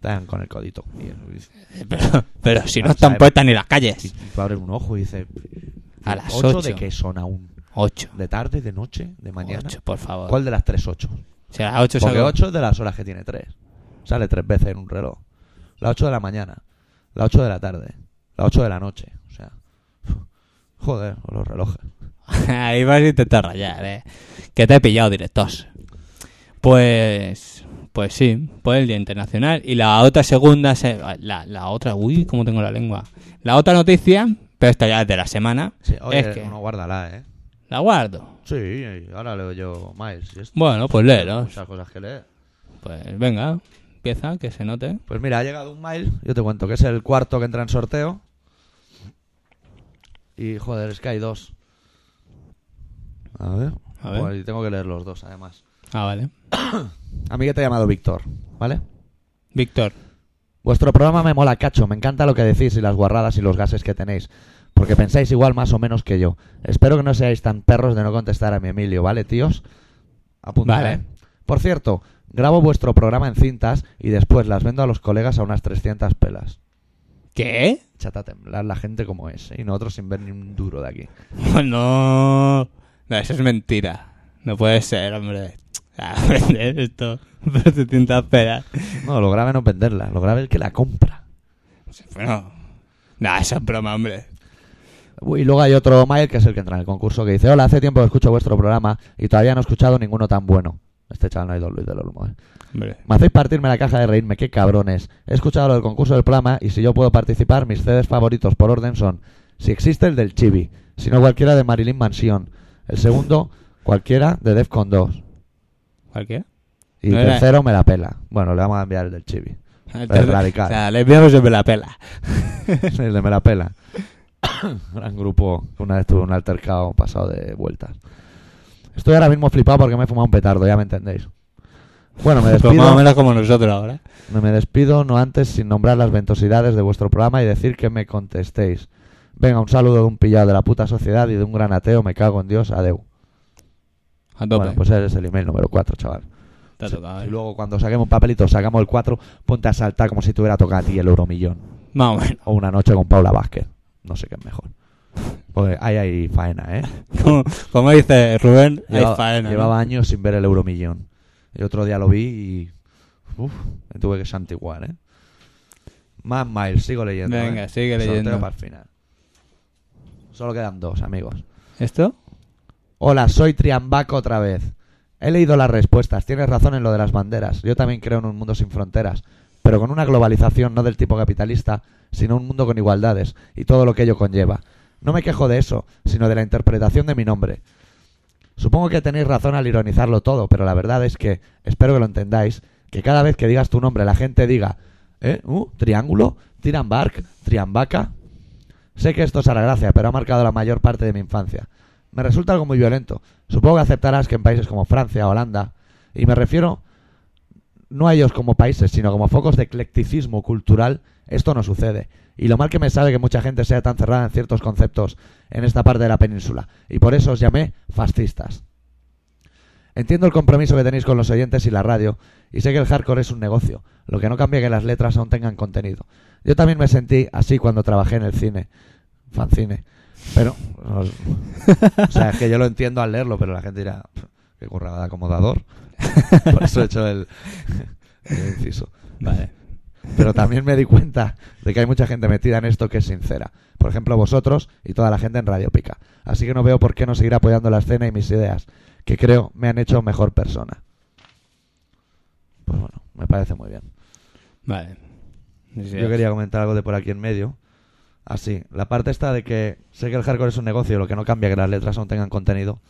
C: te dan con el codito. Y, y-
B: Eh, Pero, *laughs* pero si no
C: No
B: están
C: sabe.
B: puestas ni las calles.
C: y tú abres un ojo y dices,
B: A las
C: ¿ocho de
B: 8.
C: qué son aún?
B: Ocho.
C: ¿De tarde, de noche, de mañana?
B: Ocho, por favor.
C: ¿Cuál de las tres ocho?
B: Si a las ocho
C: Porque
B: salgo-
C: ocho es de las horas que tiene tres. Sale tres veces en un reloj. Las ocho de la mañana, las ocho de la tarde, las ocho de la noche. O sea, *laughs* joder, con los relojes.
B: *laughs* Ahí vas a intentar rayar, eh. Que te he pillado, directos. Pues. Pues sí, pues el Día Internacional. Y la otra segunda. se- La, la otra. Uy, cómo tengo la lengua. La otra noticia, pero esta ya es de la semana.
C: Sí, oye,
B: es que.
C: uno guárdala, ¿eh?
B: La guardo.
C: Sí, y ahora leo yo Miles. y esto,
B: Bueno, pues léelos.
C: Muchas cosas que leer.
B: Pues venga, empieza, que se note.
C: Pues mira, ha llegado un mail, yo te cuento que es el cuarto que entra en sorteo. Y joder, es que hay dos. A ver.
B: A ver.
C: Pues, y tengo que leer los dos, además.
B: Ah, vale.
C: A mí que te he llamado Víctor, ¿vale?
B: Víctor.
C: Vuestro programa me mola cacho, me encanta lo que decís y las guarradas y los gases que tenéis, porque pensáis igual más o menos que yo. Espero que no seáis tan perros de no contestar a mi Emilio, ¿vale, tíos? Apunta,
B: Vale.
C: ¿eh? Por cierto, grabo vuestro programa en cintas y después las vendo a los colegas a unas 300 pelas.
B: ¿Qué?
C: Chata a temblar la gente como es, ¿eh? y nosotros sin ver ni un duro de aquí.
B: *laughs* No. No, eso es mentira. No puede ser, hombre. *laughs* A vender *laughs* esto. Pero te intentas esperar. *laughs*
C: No, lo grave no es venderla, lo grave es el que la compra.
B: Bueno. Nah, esa es broma, hombre.
C: Uy, Y luego hay otro mail que es el que entra en el concurso que dice, hola, hace tiempo que escucho vuestro programa y todavía no he escuchado ninguno tan bueno. Este chaval no ha ido Luis del Olmo, ¿eh?
B: Hombre.
C: Me hacéis partirme la caja de reírme, qué cabrones. He escuchado lo del concurso del programa y si yo puedo participar, mis CDs favoritos por orden son, si existe el del Chibi, si no cualquiera de Marilyn Mansion, el segundo, cualquiera de Defcon 2
B: ¿Cualquiera?
C: y
B: No
C: el
B: era-
C: tercero me la pela. Bueno, le vamos a enviar el
B: *laughs*
C: del Chibi.
B: Ah, Entonces,
C: radical.
B: O sea, le enviamos siempre la pela.
C: el de me la pela. *coughs* Gran grupo. Una vez tuve un altercado pasado de vueltas. Estoy ahora mismo flipado porque me he fumado un petardo, ya me entendéis. Bueno, me
B: Pues más o
C: despido.
B: menos como nosotros ahora.
C: No me despido, no antes, sin nombrar las ventosidades de vuestro programa y decir que me contestéis. Venga, un saludo de un pillado de la puta sociedad y de un gran ateo, me cago en Dios, adeu.
B: A tope.
C: Bueno, pues ese es el email número 4, chaval.
B: Te ha tocado,
C: Y
B: eh.
C: luego cuando saquemos papelito, sacamos el 4, ponte a saltar como si tuviera tocado a ti el euromillón.
B: Más o menos. *laughs*
C: O una noche con Paula Vázquez. No sé qué es mejor. Porque ahí hay faena, ¿eh?
B: Como, como dice Rubén, hay
C: Llevaba-
B: faena. ¿no?
C: Llevaba años sin ver el euromillón. El otro día lo vi y... Uf, me tuve que santiguar, ¿eh? Más miles, sigo leyendo.
B: Venga,
C: ¿eh?
B: sigue
C: Sorteo
B: leyendo.
C: para el final. Solo quedan dos, amigos.
B: ¿Esto?
C: Hola, soy Triambaco otra vez. He leído las respuestas. Tienes razón en lo de las banderas. Yo también creo en un mundo sin fronteras, pero con una globalización no del tipo capitalista, sino un mundo con igualdades y todo lo que ello conlleva. No me quejo de eso, sino de la interpretación de mi nombre. Supongo que tenéis razón al ironizarlo todo, pero la verdad es que, espero que lo entendáis, que cada vez que digas tu nombre la gente diga ¿Eh? Uh, triángulo, tirambark, triambaca. Sé que esto os hará gracia, pero ha marcado la mayor parte de mi infancia. Me resulta algo muy violento. Supongo que aceptarás que en países como Francia, Holanda, y me refiero no a ellos como países, sino como focos de eclecticismo cultural, esto no sucede. Y lo mal que me sabe que mucha gente sea tan cerrada en ciertos conceptos en esta parte de la península. Y por eso os llamé fascistas. Entiendo el compromiso que tenéis con los oyentes y la radio, y sé que el hardcore es un negocio, lo que no cambia que las letras aún tengan contenido. Yo también me sentí así cuando trabajé en el cine, fancine. Pero, o sea, es que yo lo entiendo al leerlo, pero la gente dirá, "Pff, qué currada de acomodador. *laughs* Por eso he hecho el, el inciso.
B: Vale.
C: Pero también me di cuenta de que hay mucha gente metida en esto que es sincera. Por ejemplo, vosotros y toda la gente en Radio Pica. Así que no veo por qué no seguir apoyando la escena y mis ideas, que creo me han hecho mejor persona. Pues bueno, me parece muy bien.
B: Vale.
C: Yo quería comentar algo de por aquí en medio. Así, la parte esta de que sé que el hardcore es un negocio, lo que no cambia que las letras aún tengan contenido.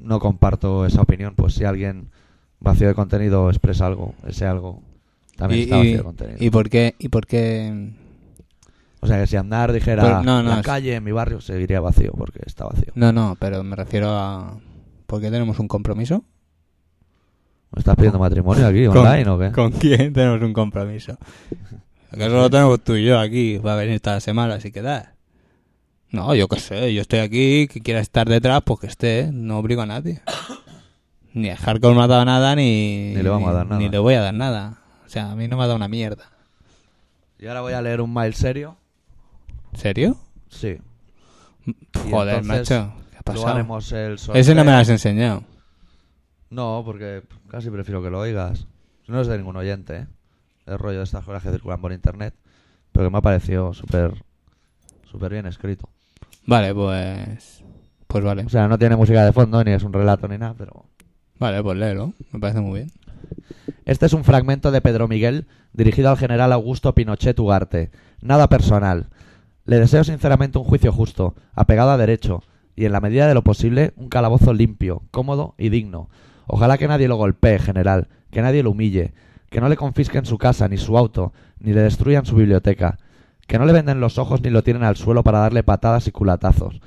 C: No comparto esa opinión, pues si alguien vacío de contenido expresa algo, ese algo también está vacío de contenido.
B: y por qué? ¿Y por qué?
C: o sea que si andar dijera
B: Pero no, no,
C: la
B: es-
C: calle en mi barrio seguiría vacío porque está vacío.
B: No, no, pero me refiero a... ¿Por qué tenemos un compromiso?
C: ¿Me estás pidiendo matrimonio aquí
B: ¿Con-
C: online o qué?
B: ¿Con quién tenemos un compromiso? Acaso lo tenemos tú y yo aquí, va a venir toda la semana, así que da. No, yo qué sé, yo estoy aquí, que quiera estar detrás, pues que esté, no obligo a
C: *coughs*
B: nadie. Ni a Hardcore me ha dado nada, ni...
C: Ni le vamos a dar nada.
B: Ni le voy a dar nada. O sea, a mí no me ha dado una mierda.
C: Y ahora voy a leer un mail serio.
B: ¿Serio?
C: Sí. Y
B: Joder,
C: entonces,
B: macho, ¿qué ha
C: Luego
B: pasado?
C: haremos ¿eh? el sorteo.
B: Ese no me lo has enseñado.
C: No, porque casi prefiero que lo oigas. No es de ningún oyente, ¿eh? El rollo de estas cosas que circulan por internet. Pero que me ha parecido súper súper bien escrito.
B: Vale, pues... Pues vale.
C: O sea, no tiene música de fondo, ni es un relato, ni nada, pero...
B: Vale, pues léelo. Me parece muy bien.
C: Este es un fragmento de Pedro Miguel dirigido al general Augusto Pinochet Ugarte. Nada personal. Le deseo sinceramente un juicio justo, apegado a derecho, y en la medida de lo posible un calabozo limpio, cómodo y digno. Ojalá que nadie lo golpee, general, que nadie lo humille, que no le confisquen su casa ni su auto, ni le destruyan su biblioteca, que no le venden los ojos ni lo tiren al suelo para darle patadas y culatazos,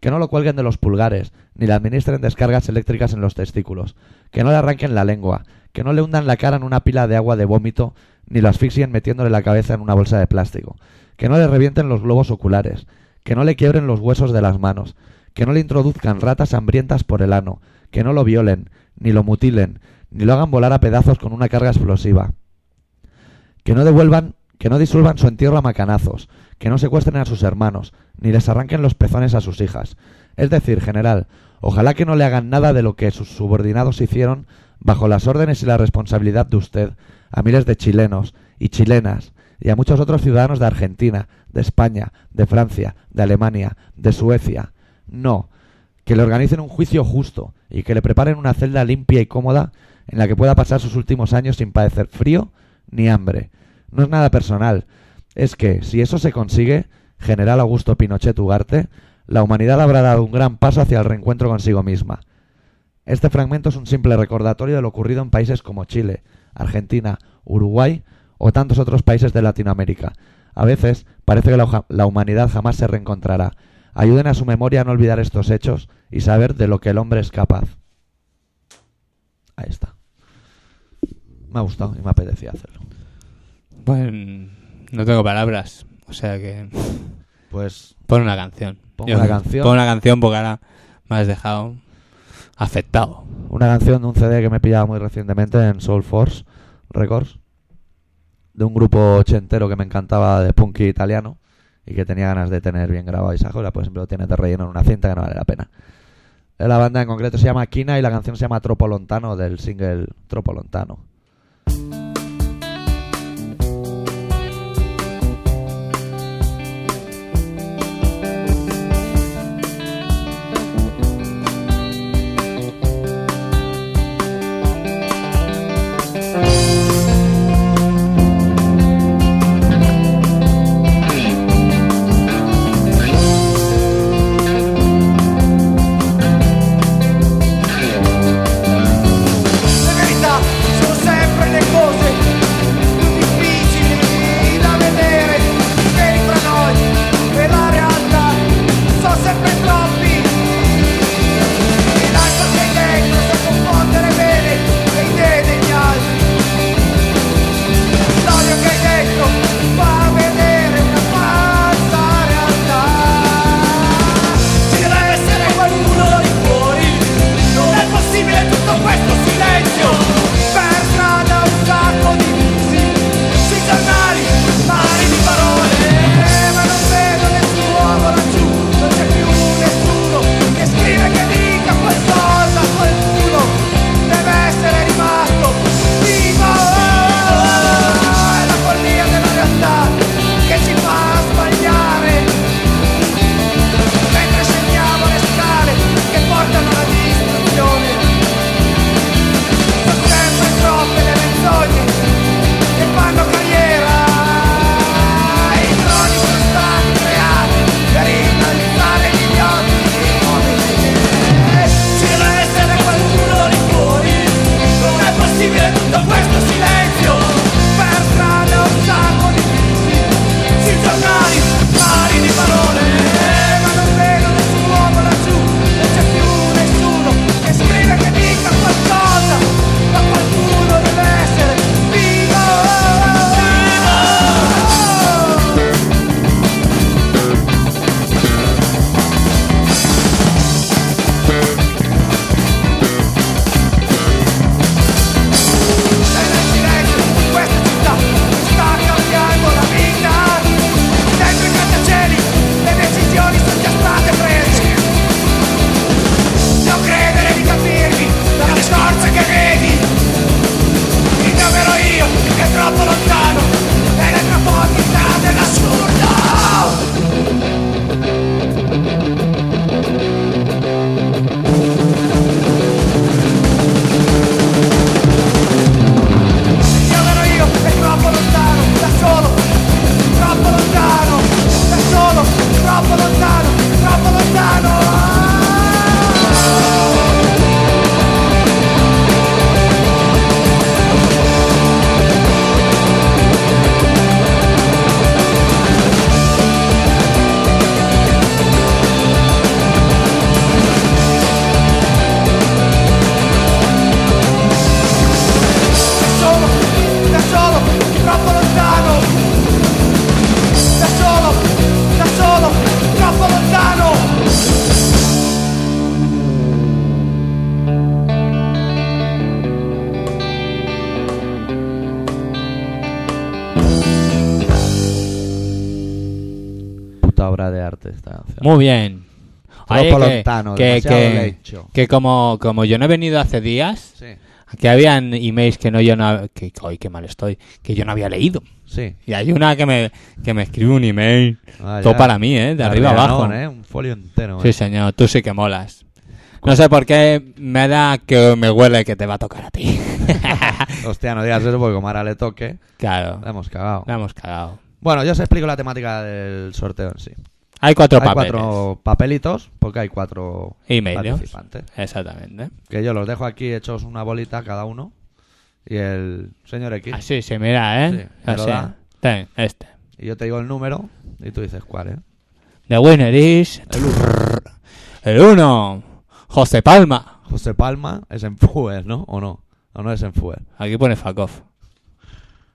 C: que no lo cuelguen de los pulgares, ni le administren descargas eléctricas en los testículos, que no le arranquen la lengua, que no le hundan la cara en una pila de agua de vómito, ni lo asfixien metiéndole la cabeza en una bolsa de plástico, que no le revienten los globos oculares, que no le quiebren los huesos de las manos, que no le introduzcan ratas hambrientas por el ano, que no lo violen, ni lo mutilen, ni lo hagan volar a pedazos con una carga explosiva, que no devuelvan, que no disuelvan su entierro a macanazos, que no secuestren a sus hermanos, ni les arranquen los pezones a sus hijas. Es decir, general, ojalá que no le hagan nada de lo que sus subordinados hicieron bajo las órdenes y la responsabilidad de usted a miles de chilenos y chilenas y a muchos otros ciudadanos de Argentina, de España, de Francia, de Alemania, de Suecia. No, que le organicen un juicio justo y que le preparen una celda limpia y cómoda en la que pueda pasar sus últimos años sin padecer frío ni hambre. No es nada personal. Es que, si eso se consigue, general Augusto Pinochet Ugarte, la humanidad habrá dado un gran paso hacia el reencuentro consigo misma. Este fragmento es un simple recordatorio de lo ocurrido en países como Chile, Argentina, Uruguay o tantos otros países de Latinoamérica. A veces parece que la, hoja- la humanidad jamás se reencontrará. Ayuden a su memoria a no olvidar estos hechos y saber de lo que el hombre es capaz. Ahí está. Me ha gustado y me apetecía hacerlo.
B: Bueno, Pues, no tengo palabras. O sea que
C: Pues
B: pon una canción.
C: Pongo una canción.
B: Pon una canción porque ahora me has dejado afectado.
C: una canción de un CD que me he pillado muy recientemente en Soul Force Records, de un grupo ochentero que me encantaba de punky italiano y que tenía ganas de tener bien grabado y esa cosa, pues siempre lo tienes de relleno en una cinta que no vale la pena. Eh, La banda en concreto se llama Kina y la canción se llama Tropo Lontano del single Tropo Lontano.
E: Margarita, sono
C: excelente esta canción.
B: Muy bien.
C: Troppo
B: Oye, que-
C: lontano,
B: que,
C: demasiado
B: que-
C: lecho.
B: que como, como yo no he venido hace días,
C: Sí,
B: que habían emails que no yo no que ay, qué mal estoy, que yo no había leído.
C: sí.
B: Y hay una que me, que me escribe un email.
C: Ah,
B: Todo
C: ya.
B: para mí, ¿eh? De arriba
C: Arriba,
B: abajo.
C: ¿eh? Un folio entero.
B: Sí,
C: ¿eh?
B: señor, tú sí que molas. No sé por qué me da que me huele que te va a tocar a
C: *laughs*
B: ti. *laughs*
C: Hostia, no digas eso porque como ahora le toque,
B: claro,
C: la hemos cagado.
B: la hemos cagado.
C: Bueno, yo os explico la temática del sorteo en sí.
B: Hay cuatro
C: hay
B: papeles.
C: cuatro papelitos porque hay cuatro
B: Emails.
C: participantes.
B: Exactamente.
C: Que yo los dejo aquí hechos una bolita cada uno. Y el señor X.
B: Así se mira, ¿eh?
C: Sí,
B: O
C: pero
B: sea,
C: da.
B: ten, este.
C: Y yo te digo el número y tú dices cuál, ¿eh?
B: The winner is... El uno. José Palma.
C: José Palma es en Fuer, ¿no? ¿O no? ¿O no es en Fuer?
B: Aquí pone Fakov.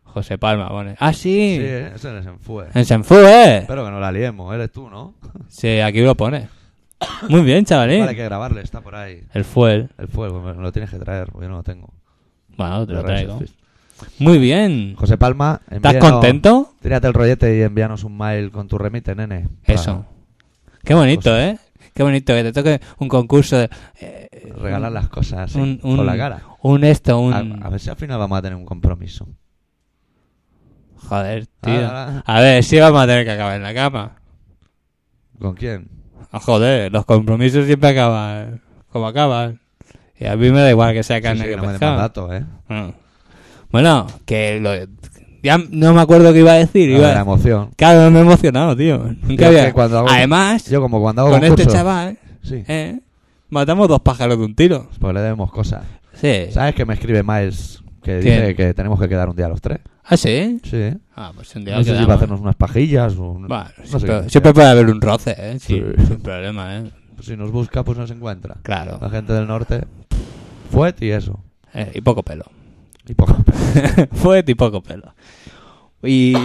B: José Palma pone... Ah, sí.
C: Sí, ¿eh? ese es en Fuer.
B: En Senfu, ¿eh?
C: Espero que no la liemos, eres tú, ¿no?
B: Sí, aquí lo
C: *coughs*
B: pone. Muy bien, chavalín.
C: Vale, hay que grabarle, está por ahí.
B: El fuel.
C: El fuego, me me lo tienes que traer, porque yo no lo tengo.
B: Bueno, te lo
C: De Rise
B: traigo.
C: of Fist.
B: Muy bien.
C: José Palma,
B: ¿Estás
C: envíanos-
B: contento?
C: Tírate el rollete y envíanos un mail con tu remite, nene. para
B: Eso. Qué bonito, ¿eh? Qué bonito que te toque un concurso de... eh,
C: Regalar las cosas así,
B: un, un-
C: con la cara.
B: un esto, un...
C: A, a ver si al final vamos a tener un compromiso.
B: Joder, tío.
C: Ah, ah,
B: A ver, sí vamos a tener que acabar en la cama.
C: ¿Con quién?
B: Ah, Joder, los compromisos siempre acaban como acaban. Y a mí me da igual que sea
C: Sí,
B: carne
C: sí,
B: que
C: no me des
B: pescado.
C: más datos, ¿eh?
B: Ah. Bueno, que lo... Ya no me acuerdo qué iba a decir.
C: A
B: Iba
C: ver, la emoción.
B: Claro, me he emocionado, tío. Nunca
C: Yo
B: había...
C: que cuando hago-
B: Además,
C: Yo como cuando hago
B: con este
C: concursos,
B: chaval,
C: Sí,
B: eh, matamos dos pájaros de un tiro.
C: pues le debemos cosas.
B: Sí.
C: ¿Sabes que me escribe Miles que
B: Eh. ¿Quién?
C: dice que tenemos que quedar un día los tres?
B: ¿Ah, sí?
C: Sí, ¿eh?
B: Ah, pues un día
C: No sé si
B: quedamos,
C: va a
B: ¿eh?
C: hacernos unas pajillas o... un-
B: Bueno,
C: no sé
B: siempre,
C: qué.
B: siempre puede haber un roce, ¿eh? Sin,
C: Sí.
B: sin problema, ¿eh?
C: Si nos busca, pues nos encuentra.
B: Claro.
C: La gente del norte. Fuet y eso.
B: Eh, y poco pelo.
C: Y poco.
B: *laughs* Fue y poco pelo. Y,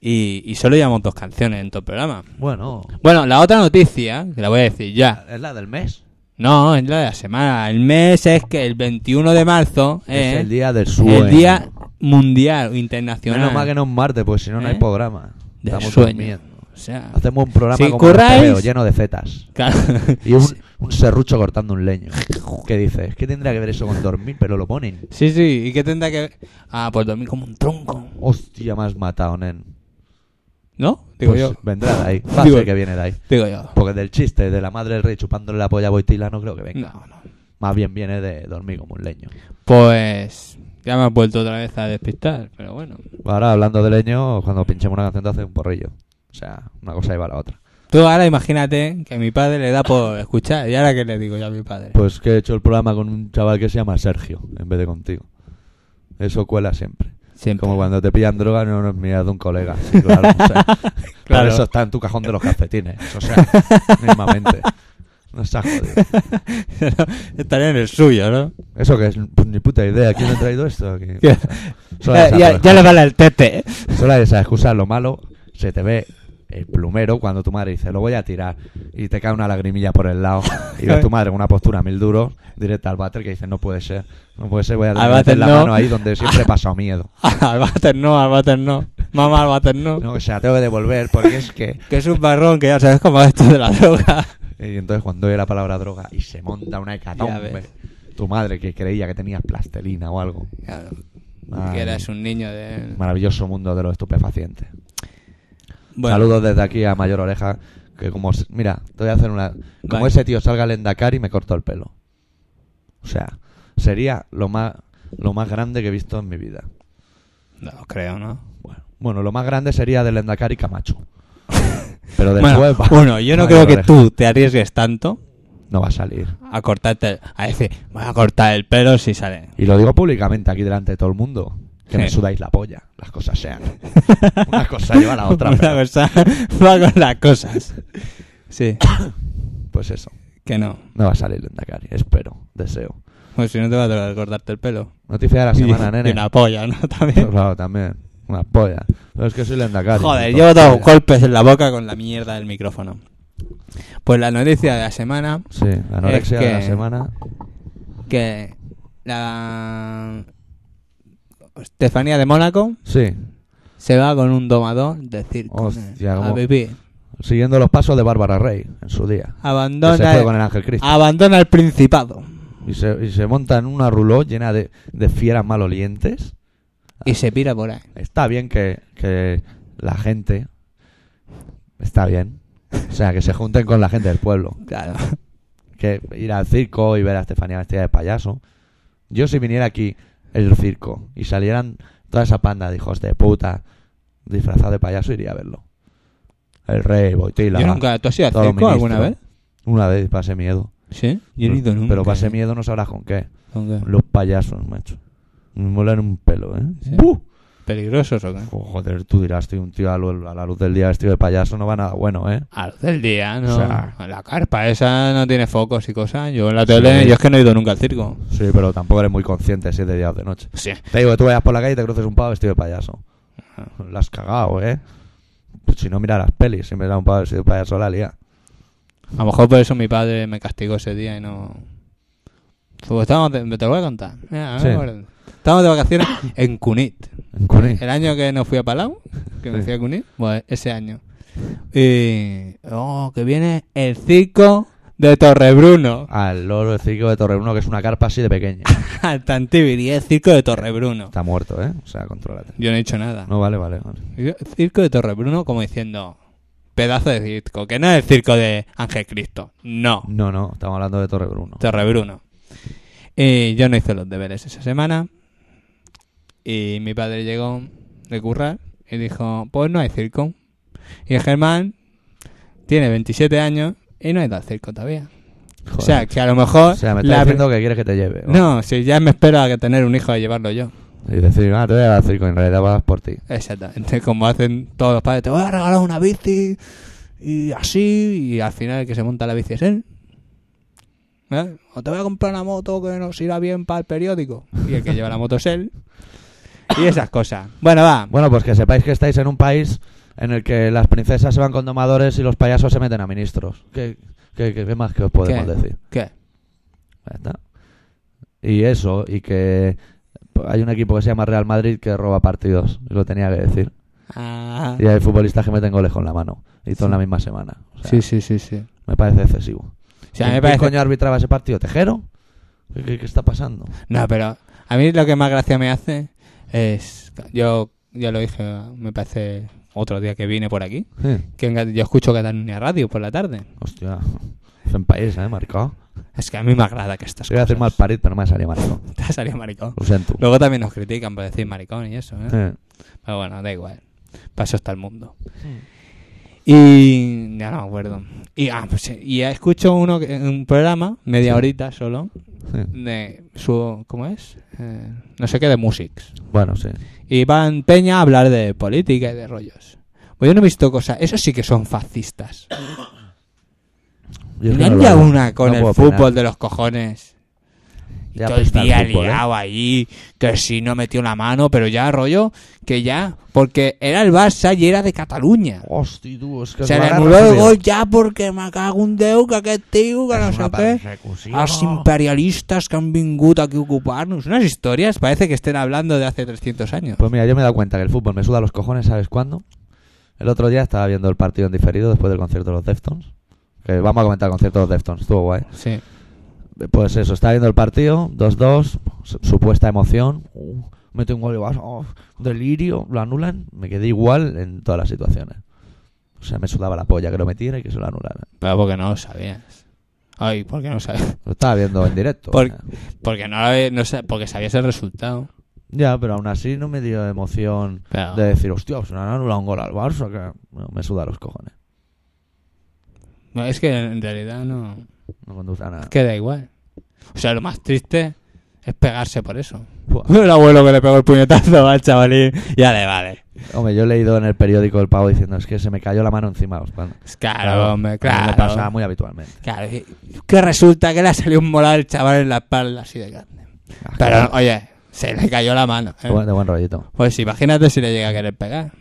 B: y, y solo llevamos dos canciones en todo el programa.
C: Bueno,
B: Bueno, la otra noticia, que la voy a decir ya.
C: es la del mes.
B: No, es la de la semana. El mes es que el 21 de marzo
C: Es
B: eh,
C: el día del
B: el
C: sueño.
B: Día Mundial o Internacional.
C: Menos mal que no es martes, porque si no, no
B: ¿Eh?
C: hay programa.
B: Del
C: Estamos
B: sueño.
C: durmiendo.
B: O sea,
C: Hacemos un programa
B: Si
C: como
B: curráis-
C: el TVO, lleno de fetas.
B: *laughs* claro.
C: Y un, un serrucho cortando un leño. ¿Qué dices? ¿Qué tendría que ver eso con dormir? Pero lo ponen.
B: Sí, sí, ¿y qué tendrá que ver? Ah, pues dormir como un tronco.
C: Hostia, más matado, nen.
B: ¿No? Digo
C: Pues
B: yo.
C: Vendrá
B: *laughs*
C: de ahí. Va a
B: Digo-
C: ser que viene de ahí.
B: Digo yo.
C: Porque del chiste de la madre del rey chupándole la polla a Boitila no creo que venga.
B: No, no.
C: Más bien viene de dormir como un leño.
B: Pues ya me has vuelto otra vez a despistar, pero bueno.
C: Ahora, hablando de leño, cuando pinchemos una canción te hace un porrillo. O sea, una cosa lleva a la otra.
B: Tú ahora imagínate que mi padre le da por escuchar. ¿Y ahora qué le digo yo a mi padre?
C: Pues que he hecho el programa con un chaval que se llama Sergio, en vez de contigo. Eso cuela siempre.
B: Siempre. *laughs*
C: Como cuando te pillan droga no nos miras de un colega. Sí, claro, o sea,
B: Claro.
C: Por eso está en tu cajón de los calcetines. O sea, mismamente. No se ha jodido.
B: Estaría en el suyo,
C: *laughs*
B: ¿no?
C: Eso que es pues, ni puta idea. ¿Quién ha
B: *laughs*
C: traído esto? aquí?
B: Ya,
C: Solo
B: ya-
C: hay
B: ya-
C: esas dos
B: ya le
C: excusas.
B: vale el tete. ¿eh?
C: Solo hay esas excusas. Lo malo, se te ve el plumero cuando tu madre dice, lo voy a tirar. Y te cae una lagrimilla por el lado. Y ves tu madre con una postura mil duros, directa al váter, que dice, no puede ser. No puede ser, voy a
B: Al
C: tener que meter
B: váter
C: la
B: no.
C: mano ahí donde
B: *laughs*
C: siempre he pasado miedo.
B: *laughs* al váter no, al váter no. Mamá, al váter no.
C: No, o sea, tengo que devolver porque es que...
B: Que es un barrón, que ya sabes cómo es esto de la droga.
C: Y entonces cuando oye la palabra droga y se monta una
B: Ya
C: hecatombe.
B: ves.
C: Tu madre que creía que tenías plastelina o algo.
B: Claro.
C: Ay,
B: Que eras un niño de...
C: Maravilloso mundo de los estupefacientes.
B: Bueno,
C: Saludos desde aquí a Mayor Oreja. Que como. s- Mira, te voy a hacer una. Como
B: Vale.
C: ese tío salga al Endacari y me corto el pelo. O sea, sería lo más, lo más grande que he visto en mi vida.
B: No lo creo, ¿no?
C: Bueno, bueno, lo más grande sería del
B: *laughs*
C: Endacari Camacho. Pero después.
B: Bueno,
C: va-
B: bueno, yo no
C: Mayor
B: creo que
C: Oreja.
B: tú te arriesgues tanto
C: No va a salir.
B: a cortarte, a decir, voy a cortar el pelo si sale.
C: Y lo digo públicamente aquí delante de todo el mundo. Que me
B: Sí.
C: sudáis la polla. Las cosas sean. *laughs* Una cosa lleva a la otra.
B: Una
C: pero-
B: cosa *laughs* va con las cosas. Sí,
C: Pues eso.
B: que no.
C: No va a salir el Endacari. Espero. Deseo.
B: Pues si no te va a tocar cortarte el pelo.
C: Noticia de la
B: *laughs*
C: semana,
B: y,
C: nene.
B: y una polla, ¿no? *laughs*
C: *laughs*
B: También.
C: Claro, también. Una polla. Pero es que soy Lendakari.
B: Joder, llevo
C: Entonces,
B: dos
C: polla.
B: golpes en la boca con la mierda del micrófono. Pues la noticia de la semana,
C: Sí, la anorexia
B: Es
C: de la
B: que-
C: semana.
B: que la Estefanía de Mónaco
C: Sí.
B: se va con un domador de circo.
C: Hostia,
B: a
C: cómo-
B: vivir.
C: siguiendo los pasos de Bárbara Rey en su día. Que se
B: Abandona,
C: fue
B: el,
C: con el Ángel Cristo.
B: abandona el principado.
C: Y se, y se monta en una ruló llena de, de fieras malolientes. Ah.
B: Y se pira por ahí.
C: Está bien que, que la gente. Está bien. O sea, que se junten con la gente del pueblo.
B: Claro.
C: Que ir al circo y ver a Estefanía vestida de payaso. Yo, si viniera aquí el circo y salieran toda esa panda de hijos de puta disfrazados de payaso, iría a verlo. El rey, Boitila.
B: Yo nunca, ¿tú has ido al
C: todos los
B: circo alguna vez?
C: ministros. Una vez pasé miedo.
B: Sí, yo no he ido nunca. eh.
C: Pero pasé miedo, no sabrás con qué.
B: Nunca.
C: Los payasos, macho. Me molan un pelo, ¿eh?
B: Sí.
C: ¡Buh!
B: ¿Peligrosos o qué?
C: Oh, joder, tú dirás, estoy un tío a, lo- a la luz del día vestido de payaso, no va nada bueno, ¿eh?
B: A luz del día, no.
C: O sea-
B: la carpa esa no tiene focos y cosas. Yo en la tele,
C: Sí.
B: yo es que no he ido nunca al circo.
C: Sí, pero tampoco eres muy consciente si es de día o de noche.
B: Sí.
C: Te digo que tú vayas por la calle y te cruces un pavo vestido de payaso. La has cagado, ¿eh? Pues si no, mira las pelis. Si me da un pavo vestido de payaso, la lía.
B: A lo mejor por eso mi padre me castigó ese día y no. Pues estábamos de- te lo voy a contar. Mira, no
C: Sí.
B: me acuerdo. Estábamos de vacaciones en Cunit.
C: En Cuní.
B: El año que no fui a Palau, que me
C: Sí.
B: fui a Cunit, pues ese año. Y. Oh, que viene el circo de Torrebruno.
C: Al loro del circo de Torreuno, que es una carpa así de pequeña.
B: Al Tantibiri, el circo de Torrebruno.
C: Está muerto, ¿eh? O sea, contrólate.
B: Yo no he dicho nada.
C: No, vale, vale, vale.
B: El circo de Torrebruno como diciendo pedazo de circo, que no es el circo de Ángel Cristo, no,
C: No, no, estamos hablando de Torre Bruno.
B: Torrebruno. Y Eh, yo no hice los deberes esa semana y mi padre llegó de currar y dijo, pues no hay circo. Y el Germán tiene 27 años y no ha ido al circo todavía. O sea, que a lo mejor...
C: O sea, me estás
B: la-
C: diciendo que quieres que te lleve. ¿o?
B: No, si ya me espero a que tener un hijo a llevarlo yo.
C: Y decir, ah, te voy a dar circo, en realidad vas por ti.
B: Exactamente, *laughs* como hacen todos los padres, te voy a regalar una bici y así, y al final el que se monta la bici es él. ¿Eh? O te voy a comprar una moto que nos irá bien para el periódico. Y el que lleva la moto es él. Y esas cosas. Bueno, va.
C: Bueno, pues que sepáis que estáis en un país en el que las princesas se van con domadores y los payasos se meten a ministros. ¿Qué, qué- qué- qué más que os podemos
B: ¿Qué?
C: decir?
B: ¿Qué?
C: Ya está. Y eso, y que hay un equipo que se llama Real Madrid que roba partidos, lo tenía que decir.
B: Ah.
C: Y hay futbolistas que meten goles con la mano, y todo en la misma semana. O sea,
B: Sí, sí, sí, sí.
C: Me parece excesivo.
B: O sea, a mí me
C: ¿Quién
B: parece...
C: coño arbitraba ese partido? ¿Tejero? ¿Qué, qué- qué está pasando?
B: No, pero a mí lo que más gracia me hace es... Yo ya lo dije, me parece otro día que vine por aquí.
C: Sí.
B: Que en- yo escucho Cataluña Radio por la tarde.
C: Hostia, es en país, ¿eh? Marcado.
B: Es que a mí me agrada que estas
C: Te voy a
B: cosas...
C: decir mal parit, pero no me salía marcado.
B: *laughs* Te ha salido maricón.
C: Lo siento.
B: Luego también nos critican por decir maricón y eso, ¿eh?
C: Eh.
B: Pero bueno, da igual. Para eso está el mundo.
C: Mm.
B: Y ya no me acuerdo. Y, ah, pues, sí, y escucho uno que- un programa, media
C: Sí.
B: horita solo,
C: Sí.
B: de su... ¿Cómo es? Eh, no sé qué, de musics.
C: Bueno, sí.
B: Y van Peña a hablar de política y de rollos. Pues yo no he visto cosas... Eso sí que son fascistas.
C: Yo es que
B: Me
C: no
B: han
C: lo
B: liado
C: veo.
B: una con
C: No
B: el
C: puedo
B: fútbol
C: opinar.
B: de los cojones. Y
C: Ya
B: todo el
C: apesta el
B: día
C: fútbol, ¿eh?
B: liado allí, que si no metió la mano, pero ya rollo, que ya, porque era el Barça y era de Cataluña.
C: Hostia, tú, es que
B: Se
C: lo
B: le
C: agarras
B: anuló el
C: rápido.
B: gol ya porque me cago un deu, que aquest tio, que no
C: Es
B: sé
C: una
B: qué.
C: persecución.
B: Los imperialistas que han vingut aquí a ocuparnos. Unas historias, parece que estén hablando de hace 300 años.
C: Pues mira, yo me he dado cuenta que el fútbol me suda los cojones, ¿sabes cuándo? El otro día estaba viendo el partido en diferido después del concierto de los Deftones. Que vamos a comentar el concierto de los Deftones, estuvo guay.
B: Sí.
C: Pues eso, estaba viendo el partido, 2-2, su- supuesta emoción. Uh, mete un gol y vas, oh, delirio, lo anulan. Me quedé igual en todas las situaciones. O sea, me sudaba la polla que lo metiera y que se lo anularan.
B: Pero porque no lo sabías. Ay, ¿por qué no sabías?
C: Lo estaba viendo en directo.
B: Por-
C: o sea.
B: Porque, no, lo había- no sa- porque sabías el resultado.
C: Ya, pero aún así no me dio emoción
B: Pero-
C: de decir, hostia, pues no han anulado un gol al Barça, que Bueno, me suda los cojones.
B: No, es que en realidad no...
C: No conduce a nada.
B: Es que da igual. O sea, lo más triste es pegarse por eso.
C: Buah.
B: El abuelo que le pegó el puñetazo al chavalín. Ya le vale.
C: Hombre, yo he leído en el periódico el pavo diciendo, es que se me cayó la mano encima. Pues, bueno,
B: Es Claro, hombre,
C: a mí
B: claro.
C: Me pasaba muy habitualmente.
B: Claro, y- que resulta que le salió un molar al chaval en la espalda así de grande. Pero, oye, se le cayó la mano. ¿eh?
C: De buen, de buen rollito.
B: Pues imagínate si le llega a querer pegar.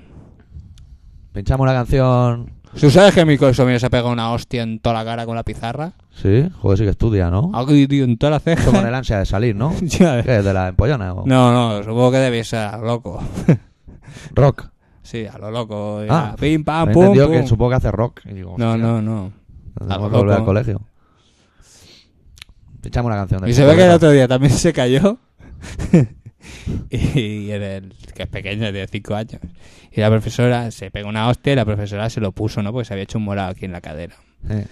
C: Pinchamos una canción.
B: ¿Tú sabes que mi mío se pegó una hostia en toda la cara con la pizarra?
C: Sí, joder, sí que estudia, ¿no?
B: Aquí, tío, en toda la
C: Esto con el
B: ceja.
C: ansia de salir, ¿no?
B: *laughs* Ya ves.
C: ¿Qué, ¿De la empollona? o
B: No, no, supongo que debía ser loco.
C: Rock.
B: *laughs* Sí, a lo loco.
C: Ah,
B: ya, pim, pam,
C: Me he
B: pum,
C: entendido
B: pum.
C: que supongo que hace rock. Y digo,
B: No,
C: hostia,
B: no, no. a lo
C: Tenemos que volver al
B: loco.
C: colegio. Pinchame una canción de
B: Y se ve que el
C: Pistolero.
B: otro día también *laughs* se cayó. y en el, que es pequeño, de 5 años. Y la profesora se pegó una hostia y la profesora se lo puso, ¿no? Porque se había hecho un morado aquí en la cadera.
C: Eh,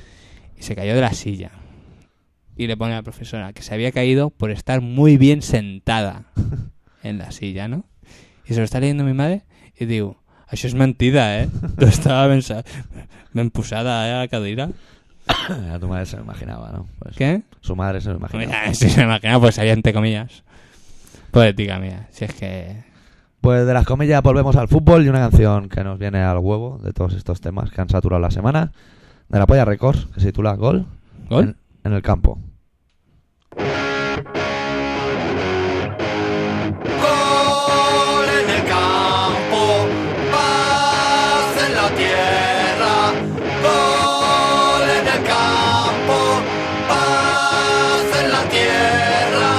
B: Y se cayó de la silla. Y le pone a la profesora que se había caído por estar muy bien sentada en la silla, ¿no? Y se lo está leyendo mi madre y digo, eso es mentira, ¿eh? Yo estaba *laughs* pensando, me empusada ¿eh? a la cadera.
C: *coughs* a tu madre se lo imaginaba, ¿no? Pues,
B: ¿Qué?
C: Su madre se lo imaginaba.
B: Mira, *laughs* Si se imagina, pues ahí entre comillas. Poética mía, si es que...
C: Pues de las comillas volvemos al fútbol y una canción que nos viene al huevo de todos estos temas que han saturado la semana. De la Polla Records, que se titula Gol.
B: ¿Gol?
C: En, en el campo.
E: Gol en el campo, paz en la tierra. Gol en el campo, paz en la tierra.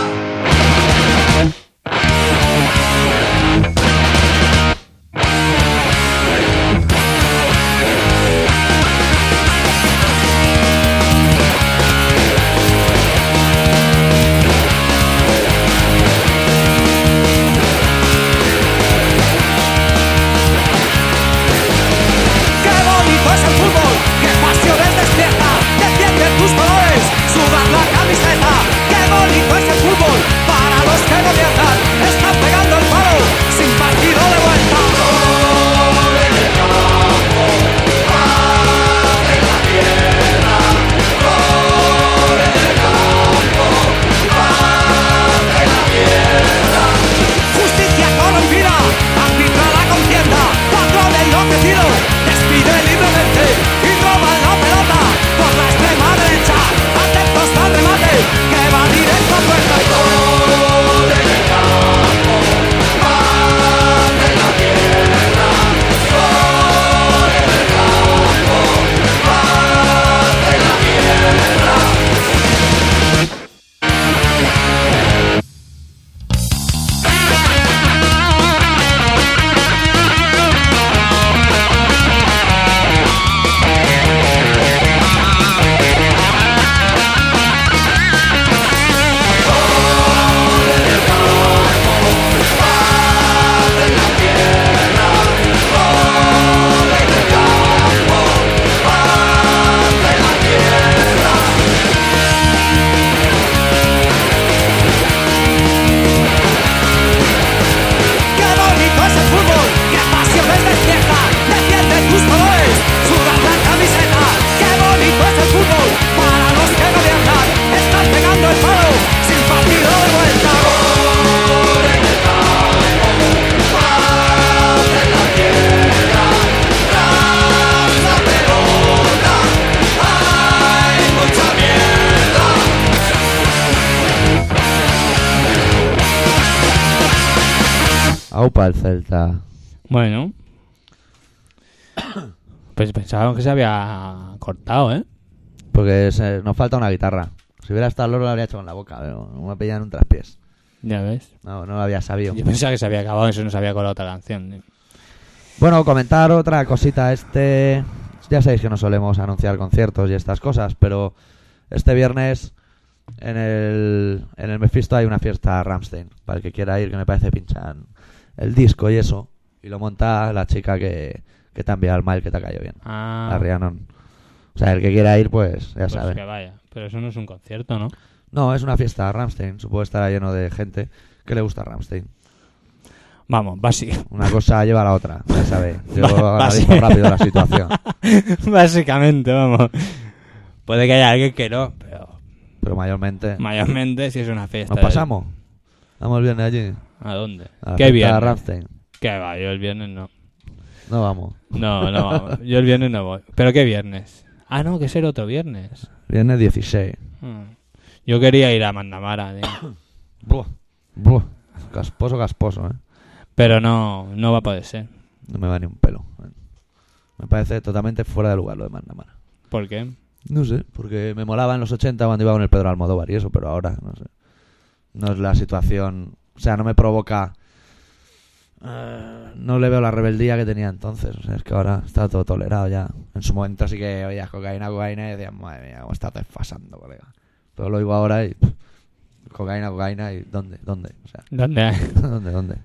F: ¡Qué bonito es el fútbol! ¡Qué pasiones despierta! ¡Defiende tus colores! ¡Sudan la camiseta! ¡Qué bonito es el fútbol! Para los que no viajan, están pegando el palo sin partido de vuelta. Justicia corrompida, árbitra la contienda, patrón enloquecido, despide libremente y roba la pelota por la extrema derecha, atentos al remate que va directo a puerta y gol. ¡Qué bonito es el fútbol! ¡Qué pasiones despierta! ¡Defiende tus colores! ¡Sudan la camiseta! ¡Qué bonito es el fútbol! Para los que no viajan, están pegando el palo sin partido de vuelta.
C: Aupa el Celta.
B: Bueno. *coughs* Pues pensábamos que se había cortado, ¿eh?
C: Porque se- nos falta una guitarra. Si hubiera estado el loro, la habría hecho con la boca, pero no me pillan un traspiés.
B: Ya ves.
C: No, no lo había sabido.
B: Yo pensaba que se había acabado eso no se había colado otra canción.
C: Bueno, comentar otra cosita. Este. Ya sabéis que no solemos anunciar conciertos y estas cosas, pero este viernes en el, en el Mephisto hay una fiesta Ramstein. Para el que quiera ir, que me parece pinchan el disco y eso. Y lo monta la chica que, que te ha enviado el mail que te ha caído bien.
B: Ah,
C: La Rhiannon. O sea, el que quiera ir, pues ya
B: pues
C: sabe.
B: que vaya. Pero eso no es un concierto, ¿no?
C: No, es una fiesta Ramstein. Supongo estará lleno de gente que le gusta Ramstein.
B: Vamos, básico.
C: Una cosa lleva a la otra, ya sabéis.
B: *laughs*
C: Yo
B: Va-
C: analizo
B: basi-
C: rápido la situación.
B: *laughs* Básicamente, vamos. Puede que haya alguien que no, pero
C: Pero mayormente.
B: mayormente si es una fiesta.
C: Nos
B: de-
C: pasamos. Vamos el viernes allí.
B: ¿A dónde?
C: A la
B: ¿Qué
C: fiesta
B: viernes?
C: de Ramstein.
B: ¿Qué va? Yo el viernes no.
C: No vamos.
B: No, no, vamos. yo el viernes no voy. ¿Pero qué viernes? Ah, no, que es el otro viernes.
C: Viernes 16.
B: Hmm. Yo quería ir a Mandamara, tío.
C: Buah. Buah. Gasposo, gasposo, ¿eh?
B: pero no, no va a poder ser.
C: No me va ni un pelo. Me parece totalmente fuera de lugar lo de Mandamara.
B: ¿Por qué?
C: No sé, porque me molaba en los 80 cuando iba con el Pedro Almodóvar y eso, pero ahora, no sé. No es la situación. O sea, no me provoca eh, no le veo la rebeldía que tenía entonces. O sea, es que ahora está todo tolerado ya. En su momento sí que oías cocaína, cocaína y decías, madre mía, cómo estás desfasando, colega. Pero lo oigo ahora y pff, cocaína, cocaína y ¿dónde? ¿Dónde? O sea, *laughs*
B: ¿Dónde?
C: ¿dónde? ¿Dónde?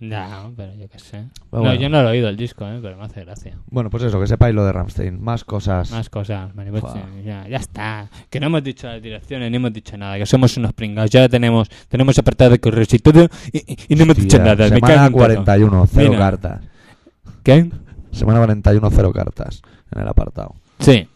B: no, pero yo qué sé.
C: Pero
B: no,
C: bueno.
B: yo no lo he oído el disco, ¿eh? pero me hace gracia.
C: Bueno, pues eso, que sepáis lo de Ramstein. Más cosas.
B: Más cosas, Maribel,
C: Fua.
B: sí, ya, ya está. Que no hemos dicho las direcciones, ni hemos dicho nada, que somos unos pringados. Ya tenemos, tenemos apartado de correos y todo, y, y- y no hemos dicho
C: Tía,
B: nada. Me cago
C: semana
B: en todo.
C: 41, cero
B: Mira.
C: cartas.
B: ¿Qué?
C: Semana 41, cero cartas en el apartado.
B: Sí.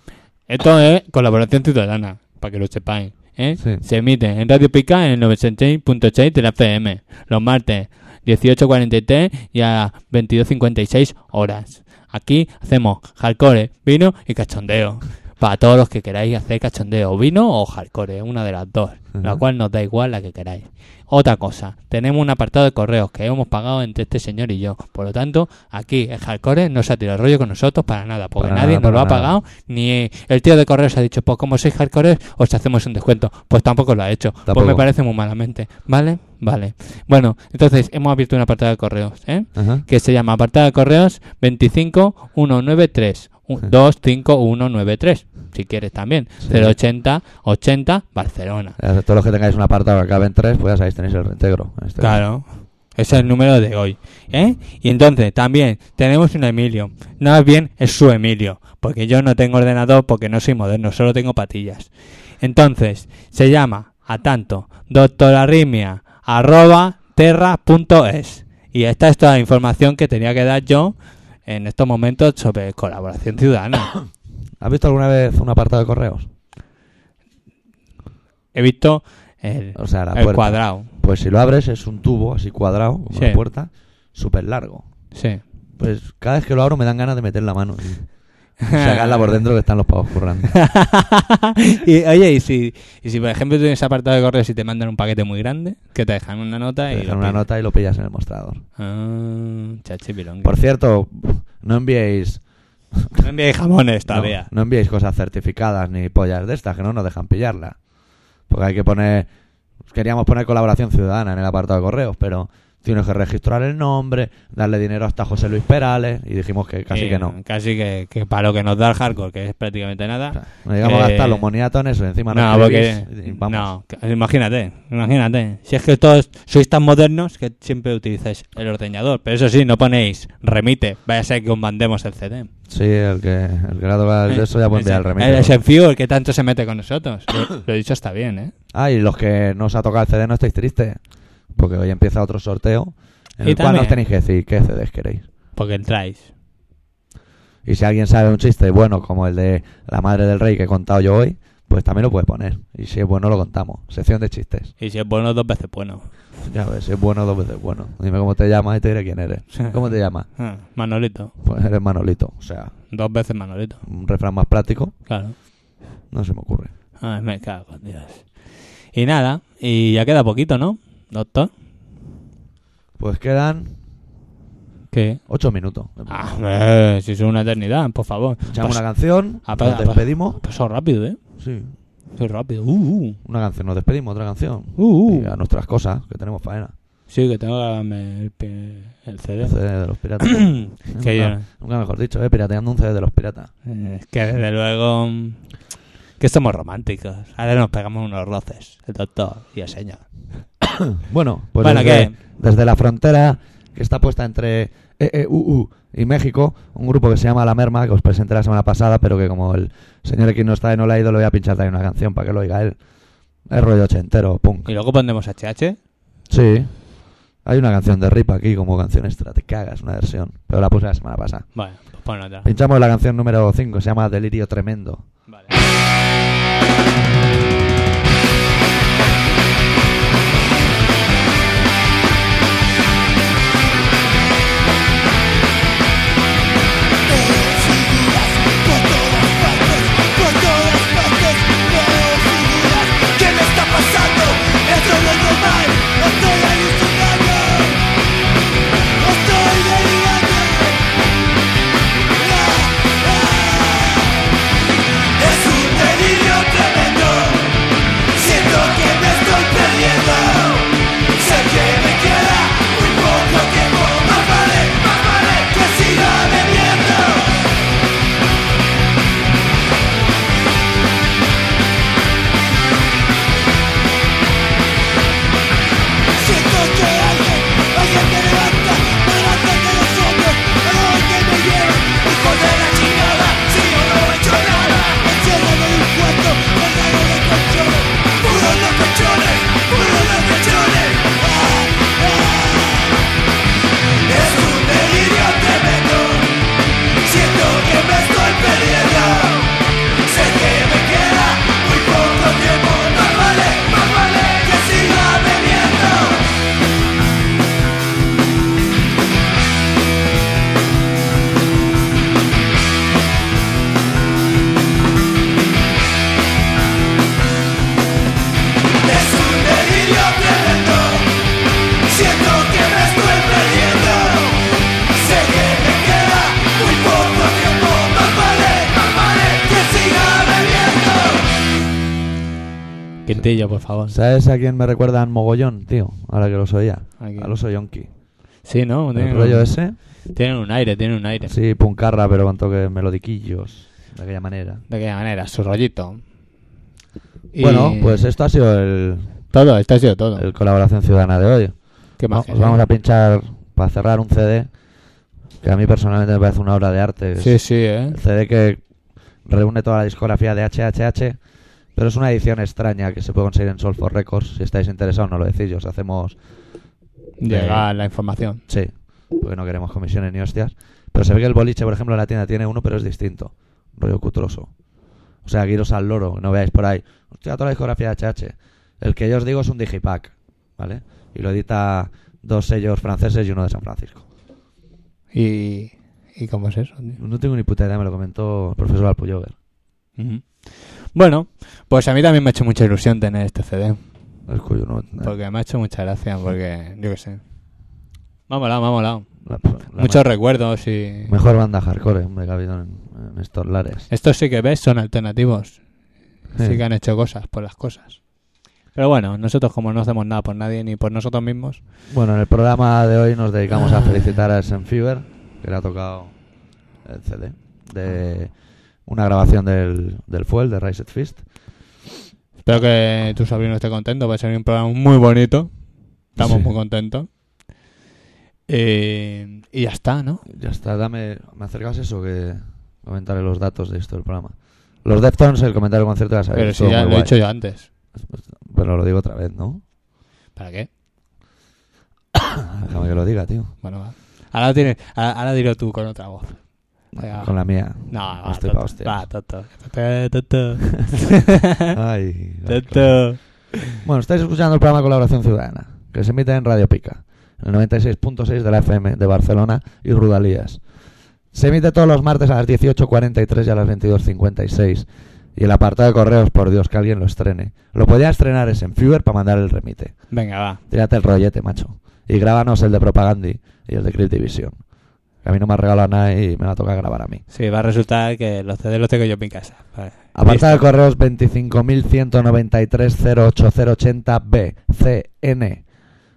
B: Esto es colaboración ciudadana, para que lo sepáis. ¿eh?
C: Sí.
B: Se emite en Radio Pica en el 96.6 de la FM, los martes 18.43 y a 22.56 horas. Aquí hacemos hardcore, vino y cachondeo. Para todos los que queráis hacer cachondeo, vino o hardcore, ¿eh? una de las dos. La
C: Ajá.
B: cual nos da igual la que queráis. Otra cosa, tenemos un apartado de correos que hemos pagado entre este señor y yo. Por lo tanto, aquí el hardcore no se ha tirado el rollo con nosotros para nada, porque
C: Para
B: nadie
C: nada,
B: nos lo
C: para
B: ha
C: nada.
B: pagado, ni el tío de correos ha dicho, pues como sois hardcore, os hacemos un descuento. Pues tampoco lo ha hecho. Pues
C: Tampoco.
B: me parece muy malamente. ¿Vale? Vale. Bueno, entonces hemos abierto un apartado de correos, ¿eh?
C: Ajá.
B: que se llama apartada de correos 25193. un- 25193, si quieres también.
C: Ah. Sí.
B: 080 80 Barcelona.
C: Eh, Todos los que tengáis un apartado que acabe en tres, pues ya sabéis, tenéis el reintegro. en este
B: Claro. Ese es el número de hoy. ¿eh? Y entonces también tenemos un Emilio. No es bien, es su Emilio. Porque yo no tengo ordenador porque no soy moderno, solo tengo patillas. Entonces, se llama a tanto doctorarritmia arroba terra.es. Y esta es toda la información que tenía que dar yo en estos momentos sobre colaboración
C: *coughs*
B: ciudadana.
C: caso. ¿Has visto alguna vez un apartado de correos?
B: He visto el,
C: O sea, la
B: el
C: puerta.
B: cuadrado.
C: Pues si lo abres es un tubo así cuadrado, como
B: Sí.
C: una puerta, súper largo.
B: Sí.
C: Pues cada vez que lo abro me dan ganas de meter la mano y
B: *laughs*
C: sacarla por dentro que están los pavos currando.
B: *laughs* y, oye, y si, y si por ejemplo tienes apartado de correos y te mandan un paquete muy grande, que te dejan una nota
C: Te
B: y.
C: dejan
B: lo
C: una
B: pides.
C: nota y lo pillas en el mostrador.
B: Ah, chachi pilonga.
C: Por cierto, no enviéis...
B: No enviéis jamones
C: no-
B: todavía.
C: No, enviéis cosas certificadas ni pollas de estas, que no nos dejan pillarla. Porque hay que poner... Queríamos poner colaboración ciudadana en el apartado de correos, pero tienes que registrar el nombre, darle dinero hasta José Luis Perales, y dijimos que casi
B: Eh,
C: que no.
B: Casi que, que para lo que nos da el hardcore, que es prácticamente
C: O sea,
B: nada.
C: no llegamos
B: Eh,
C: a gastar los moniatos en eso, y encima
B: No,
C: escribís,
B: porque.
C: y vamos.
B: No, que- imagínate, imagínate. Si es que todos sois tan modernos que siempre utilizáis el ordeñador. Pero eso sí, no ponéis remite. Vaya a ser que os mandemos el CD.
C: Sí, el que, el que le ha tocado el de
B: *laughs*
C: Pues eso ya puede enviar el remate.
B: Es el Fiu, el que tanto se mete con nosotros. *coughs* Lo- lo dicho está bien, ¿eh?
C: Ah, y los que no os ha tocado el CD no estáis tristes, porque hoy empieza otro sorteo en
B: Y
C: el cual
B: también-
C: nos tenéis que decir qué CDs queréis.
B: Porque entráis.
C: Y si alguien sabe un chiste bueno como el de La Madre del Rey que he contado yo hoy, pues también lo puede poner. Y si es bueno, lo contamos. Sección de chistes.
B: Y si es bueno, dos veces bueno.
C: Ya ves, si es bueno, dos veces bueno. Dime cómo te llamas y te diré quién eres. ¿Cómo te llamas?
B: Ah, Manolito.
C: Pues eres Manolito. O sea,
B: Dos veces Manolito.
C: un refrán más práctico
B: Claro.
C: no se me ocurre.
B: Ay, me cago en Dios. Y nada, y ya queda poquito, ¿no? Doctor.
C: Pues quedan
B: ¿Qué?
C: ocho minutos.
B: Ah, eh, si es una eternidad, por favor.
C: Echamos
B: Pas-
C: una canción,
B: Ah, pa-
C: nos despedimos.
B: ha pasado rápido, ¿eh?
C: Sí,
B: Soy rápido. Uh,
C: una canción, nos despedimos, otra canción.
B: uh, uh,
C: Y
B: uh.
C: a nuestras cosas, que tenemos faena.
B: Sí, que tengo que darme el, pi- el CD.
C: El CD de los
B: *coughs*
C: piratas.
B: que yo...
C: nunca, nunca mejor dicho, eh, pirateando un CD de los piratas.
B: Eh, Es que desde luego mm, que somos románticos. Ahora nos pegamos unos roces, el doctor y el señor.
C: Bueno, pues
B: Bueno,
C: desde,
B: ¿qué?
C: desde la frontera que está puesta entre E EEUU y México, un grupo que se llama La Merma, que os presenté la semana pasada, pero que como el señor aquí no está y no le ha ido, le voy a pinchar también una canción para que lo oiga él. Es rollo ochentero, punk.
B: Y luego pondremos HH.
C: Sí. Hay una canción de Rip aquí como canción extra, te cagas, una versión. Pero la puse la semana pasada.
B: Bueno, pues pon otra.
C: Pinchamos la canción número 5, se llama Delirio Tremendo.
B: Vale.
G: Por todas partes veo figuras ¿Qué me está pasando? Esto no es normal Estoy alucinando Estoy delirando Ah, ah. Es un delirio
B: Quintillo, por favor.
C: ¿Sabes a quién me recuerdan mogollón, tío? Ahora que los oía.
B: ¿A quién?
C: A los oyonki.
B: Sí, ¿no?
C: El
B: Tienen,
C: rollo ese.
B: tienen un aire, tienen un aire.
C: Sí, puncarra, pero con toques melodiquillos. De aquella manera.
B: De aquella manera, su rollito. Y-
C: Bueno, pues esto ha sido el,
B: Todo, esto ha sido todo.
C: el colaboración ciudadana de hoy.
B: ¿Qué más?
C: Va- os vamos a pinchar para cerrar un CD que a mí personalmente me parece una obra de arte. Es
B: Sí, sí, ¿eh?
C: El CD que reúne toda la discografía de HHH, pero es una edición extraña que se puede conseguir en Solfor Records. Si estáis interesados, no lo decís, os hacemos.
B: Llega la información.
C: Sí, porque no queremos comisiones ni hostias. Pero se ve que el boliche, por ejemplo, en la tienda tiene uno, pero es distinto. Rollo cutroso. O sea, guiros al loro, no veáis por ahí. Hostia, toda la discografía de HH. El que yo os digo es un digipack, ¿vale? Y lo edita dos sellos franceses y uno de San Francisco.
B: ¿Y, ¿y cómo es eso? tío?
C: No tengo ni puta idea, me lo comentó el profesor Alpuyover.
B: Ujú. Bueno, pues a mí también me ha hecho mucha ilusión tener este CD.
C: El cuyo no- la-
B: Porque me ha hecho mucha gracia, porque yo qué sé. Me ha molado, me ha molado.
C: la- la
B: Muchos recuerdos y...
C: ma- Mejor banda hardcore, hombre, que ha habido en, en estos lares.
B: Estos sí que ves, son alternativos. Sí
C: Sí.
B: que han hecho cosas por las cosas. Pero bueno, nosotros como no hacemos nada por nadie ni por nosotros mismos,
C: Bueno, en el programa de hoy nos dedicamos
B: Ah.
C: a felicitar a Senfever, que le ha tocado el CD de una grabación del, del Fuel, de Rise at Fist.
B: espero que tu sobrino esté contento. Va a ser un programa muy bonito. Estamos
C: Sí.
B: muy contentos. Eh, y ya está, ¿no?
C: Ya está, dame, me acercas eso que comentaré los datos de esto del programa. Los Deftones, el comentario del concierto ya sabéis.
B: Pero si
C: estuvo
B: ya
C: muy
B: lo he
C: guay.
B: dicho yo antes.
C: Pero lo digo otra vez, ¿no?
B: ¿Para qué? Ah.
C: Déjame que lo diga, tío.
B: Bueno, va. Ahora, tienes, ahora, ahora dilo tú con otra voz. Venga.
C: Con la mía.
B: No, va,
C: Estoy
B: tonto.
C: pa' hostias.
B: Va, tonto.
C: *laughs*
B: Tonto. ¿Eh?
C: Ay, las cosas.
B: Tonto.
C: Bueno, estáis escuchando el programa Colaboración Ciudadana, que se emite en Radio Pica, en el 96.6 de la FM de Barcelona y Rudalías. Se emite todos los martes a las 18.43 y a las 22.56. Y el apartado de correos, por Dios, que alguien lo estrene. Lo podía estrenar es en Fever para mandar el remite.
B: Venga, va.
C: Tírate el rollete, macho. Y grábanos el de Propagandi y el de Crypt Division. Que a mí no me ha regalado nada y me va a tocar grabar a mí.
B: Sí, va a resultar que los CDs los tengo yo en mi casa. Vale.
C: Apartado de correos 25.193.08080B, CN.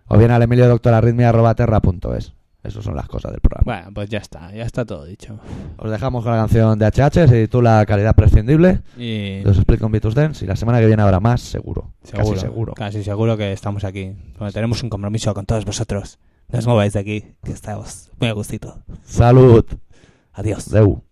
C: O bien al emiliodoctorarritmia.terra.es. Esas son las cosas del programa.
B: Bueno, pues ya está, ya está todo dicho.
C: Os dejamos con la canción de HH, se titula Calidad Prescindible.
B: Y
C: Os explico en Vitus Dance y la semana que viene habrá más, seguro. Casi seguro.
B: Casi seguro que estamos aquí. Porque tenemos un compromiso con todos vosotros. No os mováis de aquí, que estamos muy a gustito.
C: Salud.
B: Adiós.
C: Deu.